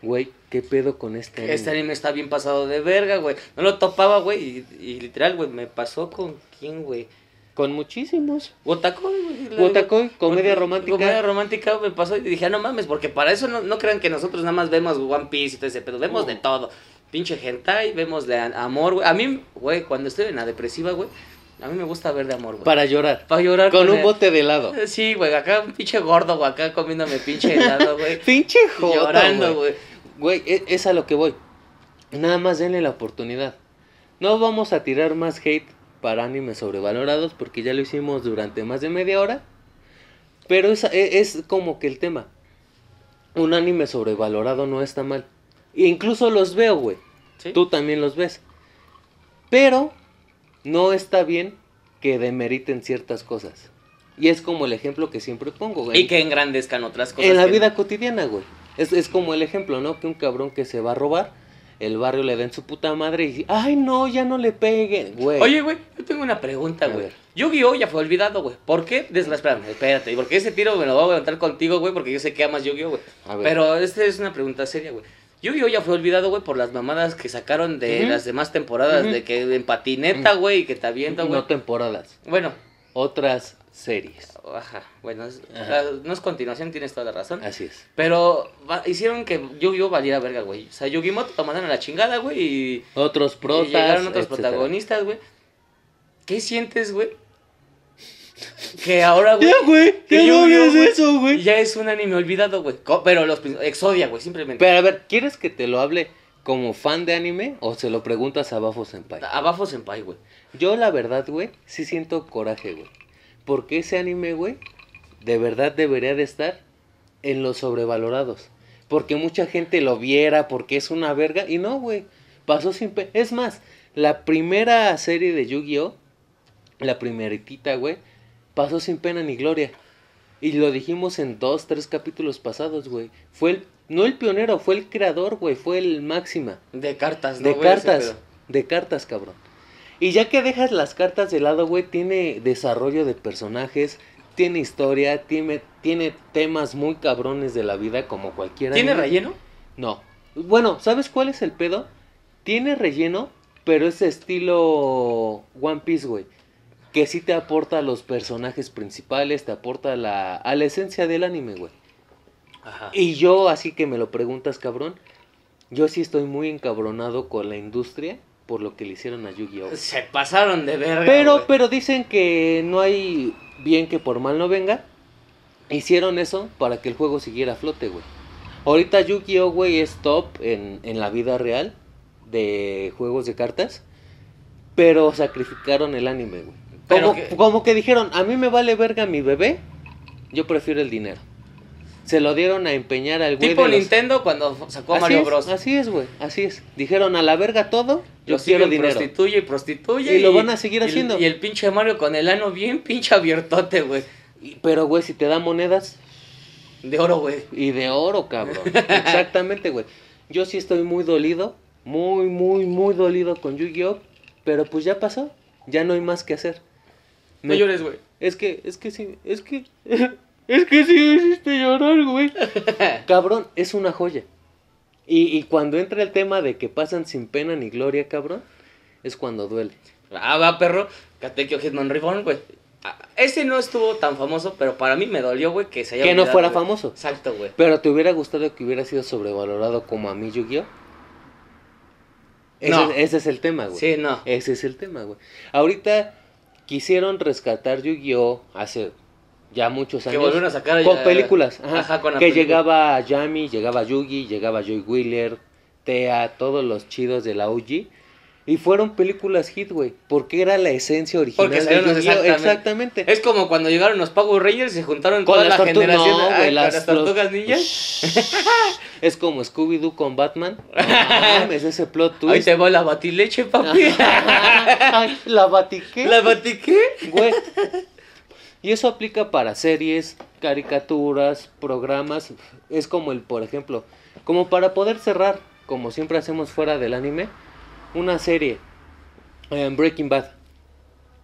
[SPEAKER 1] güey, ¿qué pedo con este anime?
[SPEAKER 2] Este anime está bien pasado de verga, güey. No lo topaba, güey. Y, y literal, güey, me pasó con quién, güey.
[SPEAKER 1] Con muchísimos.
[SPEAKER 2] Wotakoi, güey. la-
[SPEAKER 1] Wotakoi, comedia
[SPEAKER 2] Wot-
[SPEAKER 1] romántica.
[SPEAKER 2] Comedia romántica me pasó y dije, ah, no mames, porque para eso no, no crean que nosotros nada más vemos One Piece y todo ese pedo. Vemos
[SPEAKER 1] No.
[SPEAKER 2] de todo. Pinche hentai, vemos de a- amor, güey. A mí, güey, cuando estoy en la depresiva, güey, a mí me gusta ver de amor, güey.
[SPEAKER 1] Para llorar.
[SPEAKER 2] Pa' llorar.
[SPEAKER 1] Con un
[SPEAKER 2] el-
[SPEAKER 1] bote de helado.
[SPEAKER 2] Eh, Sí, güey, acá un pinche gordo, güey, acá comiéndome pinche helado, güey.
[SPEAKER 1] Pinche joto,
[SPEAKER 2] llorando, güey.
[SPEAKER 1] Güey, e- es a lo que voy. Nada más denle la oportunidad. No vamos a tirar más hate para animes sobrevalorados porque ya lo hicimos durante más de media hora. Pero es, e- es como que el tema. Un anime sobrevalorado no está mal. E incluso los veo, güey.
[SPEAKER 2] Sí.
[SPEAKER 1] Tú también los ves. Pero no está bien que demeriten ciertas cosas. Y es como el ejemplo que siempre pongo, güey.
[SPEAKER 2] Y que engrandezcan otras cosas.
[SPEAKER 1] En la
[SPEAKER 2] que-
[SPEAKER 1] vida cotidiana, güey. Es, es como el ejemplo, ¿no? Que un cabrón que se va a robar, el barrio le da en su puta madre y ay, no, ya no le peguen, güey.
[SPEAKER 2] Oye, güey, yo tengo una pregunta,
[SPEAKER 1] A
[SPEAKER 2] güey.
[SPEAKER 1] ver.
[SPEAKER 2] Yu-Gi-Oh ya fue olvidado, güey. ¿Por qué? Desgra- espérame, espérate. Porque ese tiro me lo voy a aguantar contigo, güey, porque yo sé que amas Yu-Gi-Oh, güey.
[SPEAKER 1] A ver.
[SPEAKER 2] Pero esta es una pregunta seria, güey. Yu-Gi-Oh ya fue olvidado, güey, por las mamadas que sacaron de
[SPEAKER 1] Ujú.
[SPEAKER 2] las demás temporadas,
[SPEAKER 1] Ujú. Mm.
[SPEAKER 2] de que en patineta, güey, y que te avienta, güey.
[SPEAKER 1] no temporadas,
[SPEAKER 2] Bueno,
[SPEAKER 1] otras series.
[SPEAKER 2] ajá, bueno, es-
[SPEAKER 1] Ajá.
[SPEAKER 2] la- no es continuación, tienes toda la razón.
[SPEAKER 1] Así es.
[SPEAKER 2] Pero va- hicieron que Yu-Gi-Oh valiera verga, güey. O sea, Yu-Gi-Moto lo mandaron a la chingada, güey, y
[SPEAKER 1] Otros protas.
[SPEAKER 2] y llegaron otros
[SPEAKER 1] etcétera.
[SPEAKER 2] protagonistas, güey. ¿Qué sientes, güey? Que ahora, güey.
[SPEAKER 1] Ya, güey,
[SPEAKER 2] que
[SPEAKER 1] ya no
[SPEAKER 2] Yu-Gi-Oh,
[SPEAKER 1] hagas eso, güey.
[SPEAKER 2] Ya es un anime olvidado, güey. Co- Pero los prin- Exodia, güey, simplemente.
[SPEAKER 1] Pero a ver, ¿quieres que te lo hable como fan de anime o se lo preguntas a Bafo Senpai?
[SPEAKER 2] Abajo Senpai, güey.
[SPEAKER 1] Yo la verdad, güey, sí siento coraje, güey. Porque ese anime, güey, de verdad debería de estar en los sobrevalorados. Porque mucha gente lo viera, porque es una verga. Y no, güey. Pasó sin... pe- es más, la primera serie de Yu-Gi-Oh! La primeritita, güey. Pasó sin pena ni gloria. Y lo dijimos en dos, tres capítulos pasados, güey. Fue el... No el pionero, fue el creador, güey. Fue el máxima.
[SPEAKER 2] De cartas, Pues ¿no?
[SPEAKER 1] De
[SPEAKER 2] güey, ese
[SPEAKER 1] cartas,
[SPEAKER 2] pedo?
[SPEAKER 1] de cartas, cabrón. Y ya que dejas las cartas de lado, güey, tiene desarrollo de personajes, tiene historia, tiene, tiene temas muy cabrones de la vida como cualquiera.
[SPEAKER 2] ¿Tiene relleno?
[SPEAKER 1] No. Bueno, ¿sabes cuál es el pedo? Tiene relleno, pero es estilo One Piece, güey. Que sí te aporta a los personajes principales, te aporta la, a la esencia del anime, güey.
[SPEAKER 2] Ajá.
[SPEAKER 1] Y yo, así que me lo preguntas, cabrón, yo sí estoy muy encabronado con la industria por lo que le hicieron a Yu-Gi-Oh!
[SPEAKER 2] Se pasaron de verga.
[SPEAKER 1] Pero,
[SPEAKER 2] güey.
[SPEAKER 1] pero dicen que no hay bien que por mal no venga. Hicieron eso para que el juego siguiera a flote, güey. Ahorita Yu-Gi-Oh, güey, es top en, en la vida real de juegos de cartas. Pero sacrificaron el anime, güey.
[SPEAKER 2] Pero
[SPEAKER 1] Como
[SPEAKER 2] que-
[SPEAKER 1] como que dijeron, a mí me vale verga mi bebé, yo prefiero el dinero. Se lo dieron a empeñar al güey.
[SPEAKER 2] Tipo
[SPEAKER 1] de los-
[SPEAKER 2] Nintendo cuando sacó a
[SPEAKER 1] así
[SPEAKER 2] Mario
[SPEAKER 1] es,
[SPEAKER 2] Bros.
[SPEAKER 1] Así es, güey. Así es. Dijeron a la verga todo. Yo
[SPEAKER 2] Lo
[SPEAKER 1] quiero
[SPEAKER 2] siguen
[SPEAKER 1] dinero.
[SPEAKER 2] prostituye y prostituye.
[SPEAKER 1] Y lo van a seguir
[SPEAKER 2] y-
[SPEAKER 1] haciendo.
[SPEAKER 2] Y, el pinche Mario con el ano bien pinche abiertote, güey.
[SPEAKER 1] Y- Pero, güey, si te da monedas
[SPEAKER 2] De oro, güey.
[SPEAKER 1] y de oro, cabrón. Exactamente, güey. Yo sí estoy muy dolido. Muy, muy, muy dolido con Yu-Gi-Oh! Pero pues ya pasó. Ya no hay más que hacer.
[SPEAKER 2] No
[SPEAKER 1] Me-
[SPEAKER 2] llores, güey.
[SPEAKER 1] Es que, es que sí, es que. Es que sí me hiciste llorar, güey. Cabrón, es una joya. Y, y cuando entra el tema de que pasan sin pena ni gloria, cabrón, es cuando duele.
[SPEAKER 2] Ah, va, perro. Catequio Hitman Reborn, güey. Ah, Ese no estuvo tan famoso, pero para mí me dolió, güey, que se haya
[SPEAKER 1] Que no
[SPEAKER 2] olvidado,
[SPEAKER 1] fuera
[SPEAKER 2] güey.
[SPEAKER 1] famoso.
[SPEAKER 2] Exacto, güey.
[SPEAKER 1] Pero ¿te hubiera gustado que hubiera sido sobrevalorado como a mí Yu-Gi-Oh? Ese,
[SPEAKER 2] No.
[SPEAKER 1] es- ese es el tema, güey.
[SPEAKER 2] Sí, no.
[SPEAKER 1] Ese es el tema, güey. Ahorita quisieron rescatar Yu-Gi-Oh hace ya muchos
[SPEAKER 2] Que
[SPEAKER 1] años.
[SPEAKER 2] volvieron a sacar a-
[SPEAKER 1] Con películas. Ajá.
[SPEAKER 2] Ajá, con la
[SPEAKER 1] que
[SPEAKER 2] película.
[SPEAKER 1] llegaba Yami, llegaba Yugi, llegaba Joy Wheeler, Tea, todos los chidos de la OG. Y fueron películas hit, güey. Porque era la esencia original.
[SPEAKER 2] Porque
[SPEAKER 1] de
[SPEAKER 2] salieron
[SPEAKER 1] Yu-Gi-Oh,
[SPEAKER 2] exactamente.
[SPEAKER 1] exactamente.
[SPEAKER 2] Es como cuando llegaron los Power Rangers y se juntaron toda la
[SPEAKER 1] tortu-
[SPEAKER 2] generación
[SPEAKER 1] no,
[SPEAKER 2] ah,
[SPEAKER 1] güey,
[SPEAKER 2] con las,
[SPEAKER 1] los-
[SPEAKER 2] tortugas ninjas.
[SPEAKER 1] Shh. es como Scooby-Doo con Batman. No mames, ese plot twist.
[SPEAKER 2] Ahí te va la batileche, papi.
[SPEAKER 1] Ay, la batiqué.
[SPEAKER 2] ¿La batiqué?
[SPEAKER 1] Güey. Y eso aplica para series, caricaturas, programas. Es como el, por ejemplo, como para poder cerrar, como siempre hacemos fuera del anime, una serie. eh, Breaking Bad.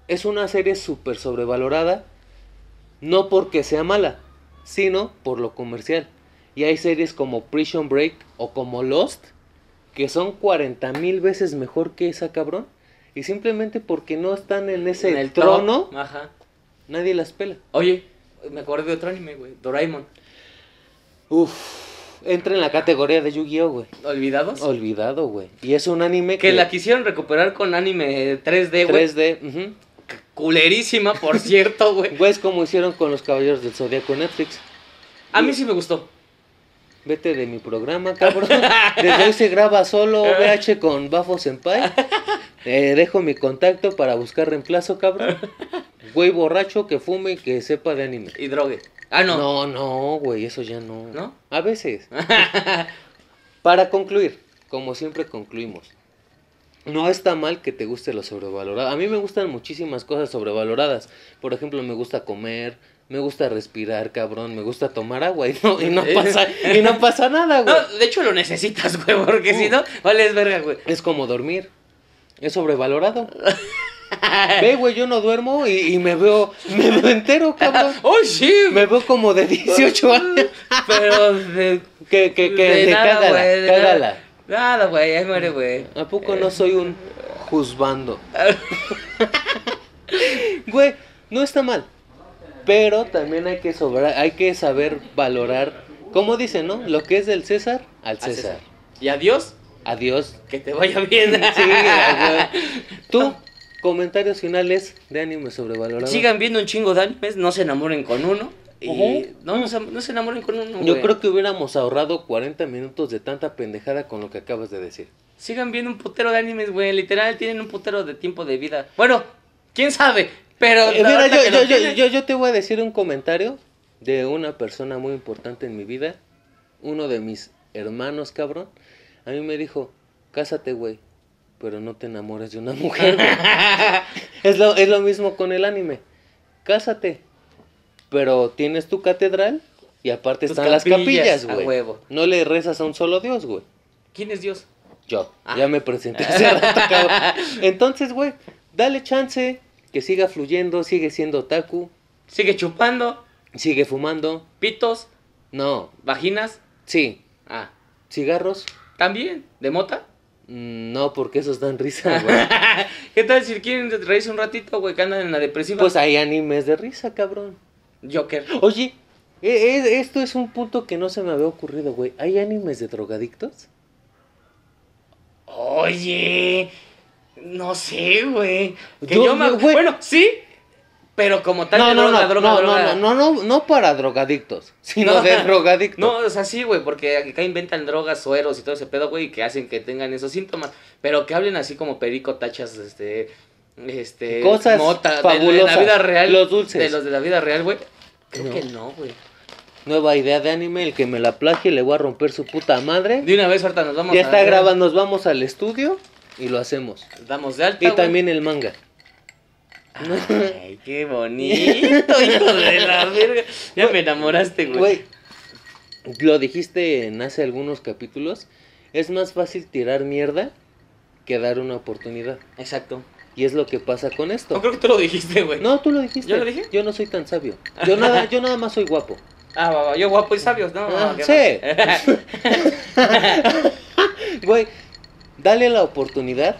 [SPEAKER 1] Es una serie súper sobrevalorada. No porque sea mala, sino por lo comercial. Y hay series como Prison Break o como Lost que son 40 mil veces mejor que esa cabrón. Y simplemente porque no están en ese
[SPEAKER 2] En el
[SPEAKER 1] trono,
[SPEAKER 2] top. Ajá.
[SPEAKER 1] nadie las pela.
[SPEAKER 2] Oye, me acordé de otro anime, güey. Doraemon.
[SPEAKER 1] Uf, entra en la categoría de Yu-Gi-Oh, güey.
[SPEAKER 2] ¿Olvidados?
[SPEAKER 1] Olvidado, güey. Y es un anime
[SPEAKER 2] que la quisieron recuperar con anime 3D, güey.
[SPEAKER 1] 3D. ujú.
[SPEAKER 2] Culerísima, por cierto, güey.
[SPEAKER 1] Güey, es como hicieron con los Caballeros del Zodíaco en Netflix.
[SPEAKER 2] A mí sí me gustó.
[SPEAKER 1] Vete de mi programa, cabrón. Desde hoy se graba solo VH con Bafo Senpai. Eh, dejo mi contacto para buscar reemplazo, cabrón. Güey borracho que fume y que sepa de anime.
[SPEAKER 2] Y drogue. Ah, no.
[SPEAKER 1] No, no, güey, eso ya no.
[SPEAKER 2] ¿No?
[SPEAKER 1] A veces. Para concluir, como siempre concluimos, no está mal que te guste lo sobrevalorado. A mí me gustan muchísimas cosas sobrevaloradas. Por ejemplo, me gusta comer, me gusta respirar, cabrón, me gusta tomar agua y no, y no, pasa, y no pasa nada, güey.
[SPEAKER 2] No, de hecho lo necesitas, güey, porque
[SPEAKER 1] Uh.
[SPEAKER 2] si no, vale es verga, güey.
[SPEAKER 1] Es como dormir. Es sobrevalorado. Ve, güey, yo no duermo y, y me veo me veo entero, cabrón.
[SPEAKER 2] ¡Oh, sí!
[SPEAKER 1] Me veo como de 18 años.
[SPEAKER 2] Pero de.
[SPEAKER 1] Que, que, que,
[SPEAKER 2] de
[SPEAKER 1] de cágala,
[SPEAKER 2] güey, de
[SPEAKER 1] cágala. Mm. Ah, Eh.
[SPEAKER 2] nada. Nada, güey, ahí muere, güey.
[SPEAKER 1] ¿A poco no soy un juzbando? Güey, no está mal. Pero también hay que sobra- hay que saber valorar, como dicen, ¿no? Lo que es del César, al
[SPEAKER 2] A César.
[SPEAKER 1] César.
[SPEAKER 2] Y adiós,
[SPEAKER 1] Adiós.
[SPEAKER 2] que te vaya bien.
[SPEAKER 1] Sí, a huevo. Tú, comentarios finales de anime sobrevalorado.
[SPEAKER 2] Sigan viendo un chingo de animes, no se enamoren con uno. Y
[SPEAKER 1] Ujú.
[SPEAKER 2] no, no, se- no se enamoren con uno.
[SPEAKER 1] Yo
[SPEAKER 2] güey.
[SPEAKER 1] creo que hubiéramos ahorrado 40 minutos de tanta pendejada con lo que acabas de decir.
[SPEAKER 2] Sigan viendo un putero de animes, güey. Literal, tienen un putero de tiempo de vida. Bueno, quién sabe. Pero.
[SPEAKER 1] Eh, mira,
[SPEAKER 2] ahorita
[SPEAKER 1] yo,
[SPEAKER 2] que lo
[SPEAKER 1] yo- yo-
[SPEAKER 2] tienen-
[SPEAKER 1] yo- yo te voy a decir un comentario de una persona muy importante en mi vida. Uno de mis hermanos, cabrón. A mí me dijo, cásate, güey, pero no te enamores de una mujer. güey". es, lo, es lo mismo con el anime. Cásate, pero tienes tu catedral y aparte
[SPEAKER 2] Tus
[SPEAKER 1] están
[SPEAKER 2] capillas,
[SPEAKER 1] las
[SPEAKER 2] a
[SPEAKER 1] capillas, güey.
[SPEAKER 2] huevo.
[SPEAKER 1] No le rezas a un solo Dios, güey.
[SPEAKER 2] ¿Quién es Dios?
[SPEAKER 1] Yo,
[SPEAKER 2] Ah.
[SPEAKER 1] ya me presenté hace rato, cabrón. Entonces, güey, dale chance que siga fluyendo, sigue siendo otaku,
[SPEAKER 2] Sigue chupando,
[SPEAKER 1] sigue fumando.
[SPEAKER 2] pitos,
[SPEAKER 1] No,
[SPEAKER 2] vaginas.
[SPEAKER 1] sí,
[SPEAKER 2] Ah,
[SPEAKER 1] cigarros.
[SPEAKER 2] también, de mota.
[SPEAKER 1] mm, No, porque esos dan risa, güey.
[SPEAKER 2] ¿Qué tal si quieren reírse un ratito, güey, que andan en la depresiva?
[SPEAKER 1] Pues hay animes de risa, cabrón.
[SPEAKER 2] Joker.
[SPEAKER 1] Oye, e- e- esto es un punto que no se me había ocurrido, güey. ¿Hay animes de drogadictos?
[SPEAKER 2] Oye, no sé, güey. Que
[SPEAKER 1] Yo-
[SPEAKER 2] yo, me...
[SPEAKER 1] yo, güey.
[SPEAKER 2] Bueno, sí, pero como tal,
[SPEAKER 1] no,
[SPEAKER 2] de
[SPEAKER 1] no,
[SPEAKER 2] droga,
[SPEAKER 1] no,
[SPEAKER 2] droga,
[SPEAKER 1] no,
[SPEAKER 2] droga.
[SPEAKER 1] no, no, no, no para drogadictos, sino
[SPEAKER 2] No.
[SPEAKER 1] de drogadictos.
[SPEAKER 2] No, o sea, sí, güey, porque acá inventan drogas, sueros y todo ese pedo, güey, que hacen que tengan esos síntomas. Pero que hablen así como perico, tachas, este. Este.
[SPEAKER 1] Cosas
[SPEAKER 2] mota, de- de, la
[SPEAKER 1] fabulosas,
[SPEAKER 2] vida real.
[SPEAKER 1] los dulces.
[SPEAKER 2] De los de la vida real, güey. Creo
[SPEAKER 1] No.
[SPEAKER 2] que no, güey.
[SPEAKER 1] Nueva idea de anime, el que me la plagie le voy a romper su puta madre.
[SPEAKER 2] De una vez ahorita nos vamos
[SPEAKER 1] ya
[SPEAKER 2] a-
[SPEAKER 1] está grabando, nos vamos al estudio y lo hacemos.
[SPEAKER 2] Damos de alta.
[SPEAKER 1] Y
[SPEAKER 2] güey.
[SPEAKER 1] también el manga.
[SPEAKER 2] Ay, qué bonito, hijo de la verga. Ya me enamoraste, Este, güey.
[SPEAKER 1] Güey, lo dijiste en hace algunos capítulos, es más fácil tirar mierda que dar una oportunidad.
[SPEAKER 2] Exacto.
[SPEAKER 1] Y es lo que pasa con
[SPEAKER 2] No
[SPEAKER 1] esto.
[SPEAKER 2] creo que tú lo dijiste, güey.
[SPEAKER 1] No, tú lo dijiste.
[SPEAKER 2] ¿Yo lo dije?
[SPEAKER 1] Yo no soy tan sabio. Yo nada, yo nada más soy guapo.
[SPEAKER 2] Ah, va, va, yo guapo y sabios, ¿no?
[SPEAKER 1] Ah,
[SPEAKER 2] ¿qué
[SPEAKER 1] sí.
[SPEAKER 2] más?
[SPEAKER 1] Güey, dale la oportunidad.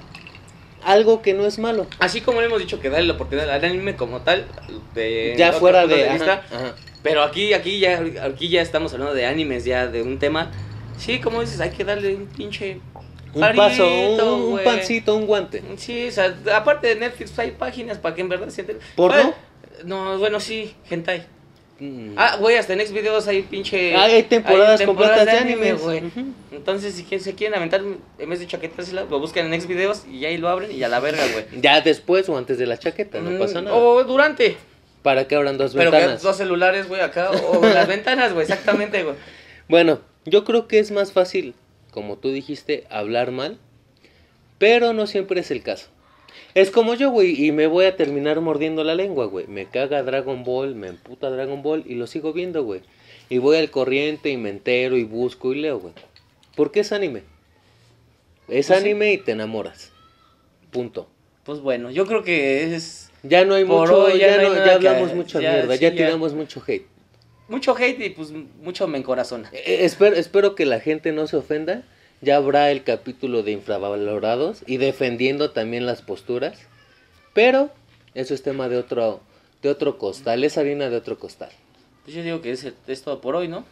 [SPEAKER 1] Algo que no es malo.
[SPEAKER 2] Así como le hemos dicho que dale la oportunidad al anime como tal, de
[SPEAKER 1] ya
[SPEAKER 2] otro
[SPEAKER 1] fuera
[SPEAKER 2] punto
[SPEAKER 1] de... ajá,
[SPEAKER 2] vista,
[SPEAKER 1] ajá.
[SPEAKER 2] Pero aquí, aquí ya, aquí ya estamos hablando de animes, ya de un tema. Sí, como dices, hay que darle un pinche
[SPEAKER 1] Un
[SPEAKER 2] parito,
[SPEAKER 1] paso, un, un- un
[SPEAKER 2] güey.
[SPEAKER 1] pancito, un guante.
[SPEAKER 2] Sí, o sea, aparte de Netflix hay páginas para que en verdad se enteren.
[SPEAKER 1] ¿Porno?
[SPEAKER 2] Ay, No, bueno, sí, hentai.
[SPEAKER 1] Mm.
[SPEAKER 2] Ah, güey, hasta en Next Videos hay pinche...
[SPEAKER 1] Ah, hay temporadas
[SPEAKER 2] hay
[SPEAKER 1] completas de
[SPEAKER 2] anime,
[SPEAKER 1] animes.
[SPEAKER 2] güey.
[SPEAKER 1] Ujú.
[SPEAKER 2] Entonces, si quien- se quieren aventar, en vez de chaquetársela, lo buscan en Next Videos y ahí lo abren y a la verga, güey.
[SPEAKER 1] Ya después o antes de la chaqueta, no
[SPEAKER 2] Mm,
[SPEAKER 1] pasa nada.
[SPEAKER 2] O durante.
[SPEAKER 1] ¿Para qué habrán dos
[SPEAKER 2] Pero que
[SPEAKER 1] ventanas?
[SPEAKER 2] dos celulares, güey, acá. O las ventanas, güey, exactamente, güey.
[SPEAKER 1] Bueno, yo creo que es más fácil, como tú dijiste, hablar mal, pero no siempre es el caso. Es como yo, güey, y me voy a terminar mordiendo la lengua, güey. Me caga Dragon Ball, me emputa Dragon Ball y lo sigo viendo, güey. Y voy al corriente y me entero y busco y leo, güey. ¿Por qué es anime? Es
[SPEAKER 2] Pues sí.
[SPEAKER 1] anime y te enamoras. Punto.
[SPEAKER 2] Pues bueno, yo creo que es
[SPEAKER 1] Ya no hay
[SPEAKER 2] Por
[SPEAKER 1] mucho,
[SPEAKER 2] hoy ya
[SPEAKER 1] ya,
[SPEAKER 2] no hay
[SPEAKER 1] no-
[SPEAKER 2] nada
[SPEAKER 1] ya
[SPEAKER 2] que-
[SPEAKER 1] hablamos mucha
[SPEAKER 2] ya,
[SPEAKER 1] mierda,
[SPEAKER 2] sí,
[SPEAKER 1] ya
[SPEAKER 2] ya.
[SPEAKER 1] tiramos mucho hate.
[SPEAKER 2] mucho hate y pues mucho me encorazona.
[SPEAKER 1] Eh, espero, espero que la gente no se ofenda. Ya habrá el capítulo de infravalorados y defendiendo también las posturas. Pero eso es tema de otro, de otro costal, es harina de otro costal.
[SPEAKER 2] Pues yo digo que es, es todo por hoy, ¿no?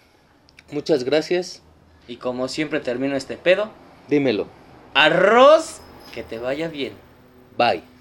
[SPEAKER 1] Muchas gracias.
[SPEAKER 2] Y como siempre termino este pedo,
[SPEAKER 1] Dímelo.
[SPEAKER 2] arroz, que te vaya bien.
[SPEAKER 1] Bye.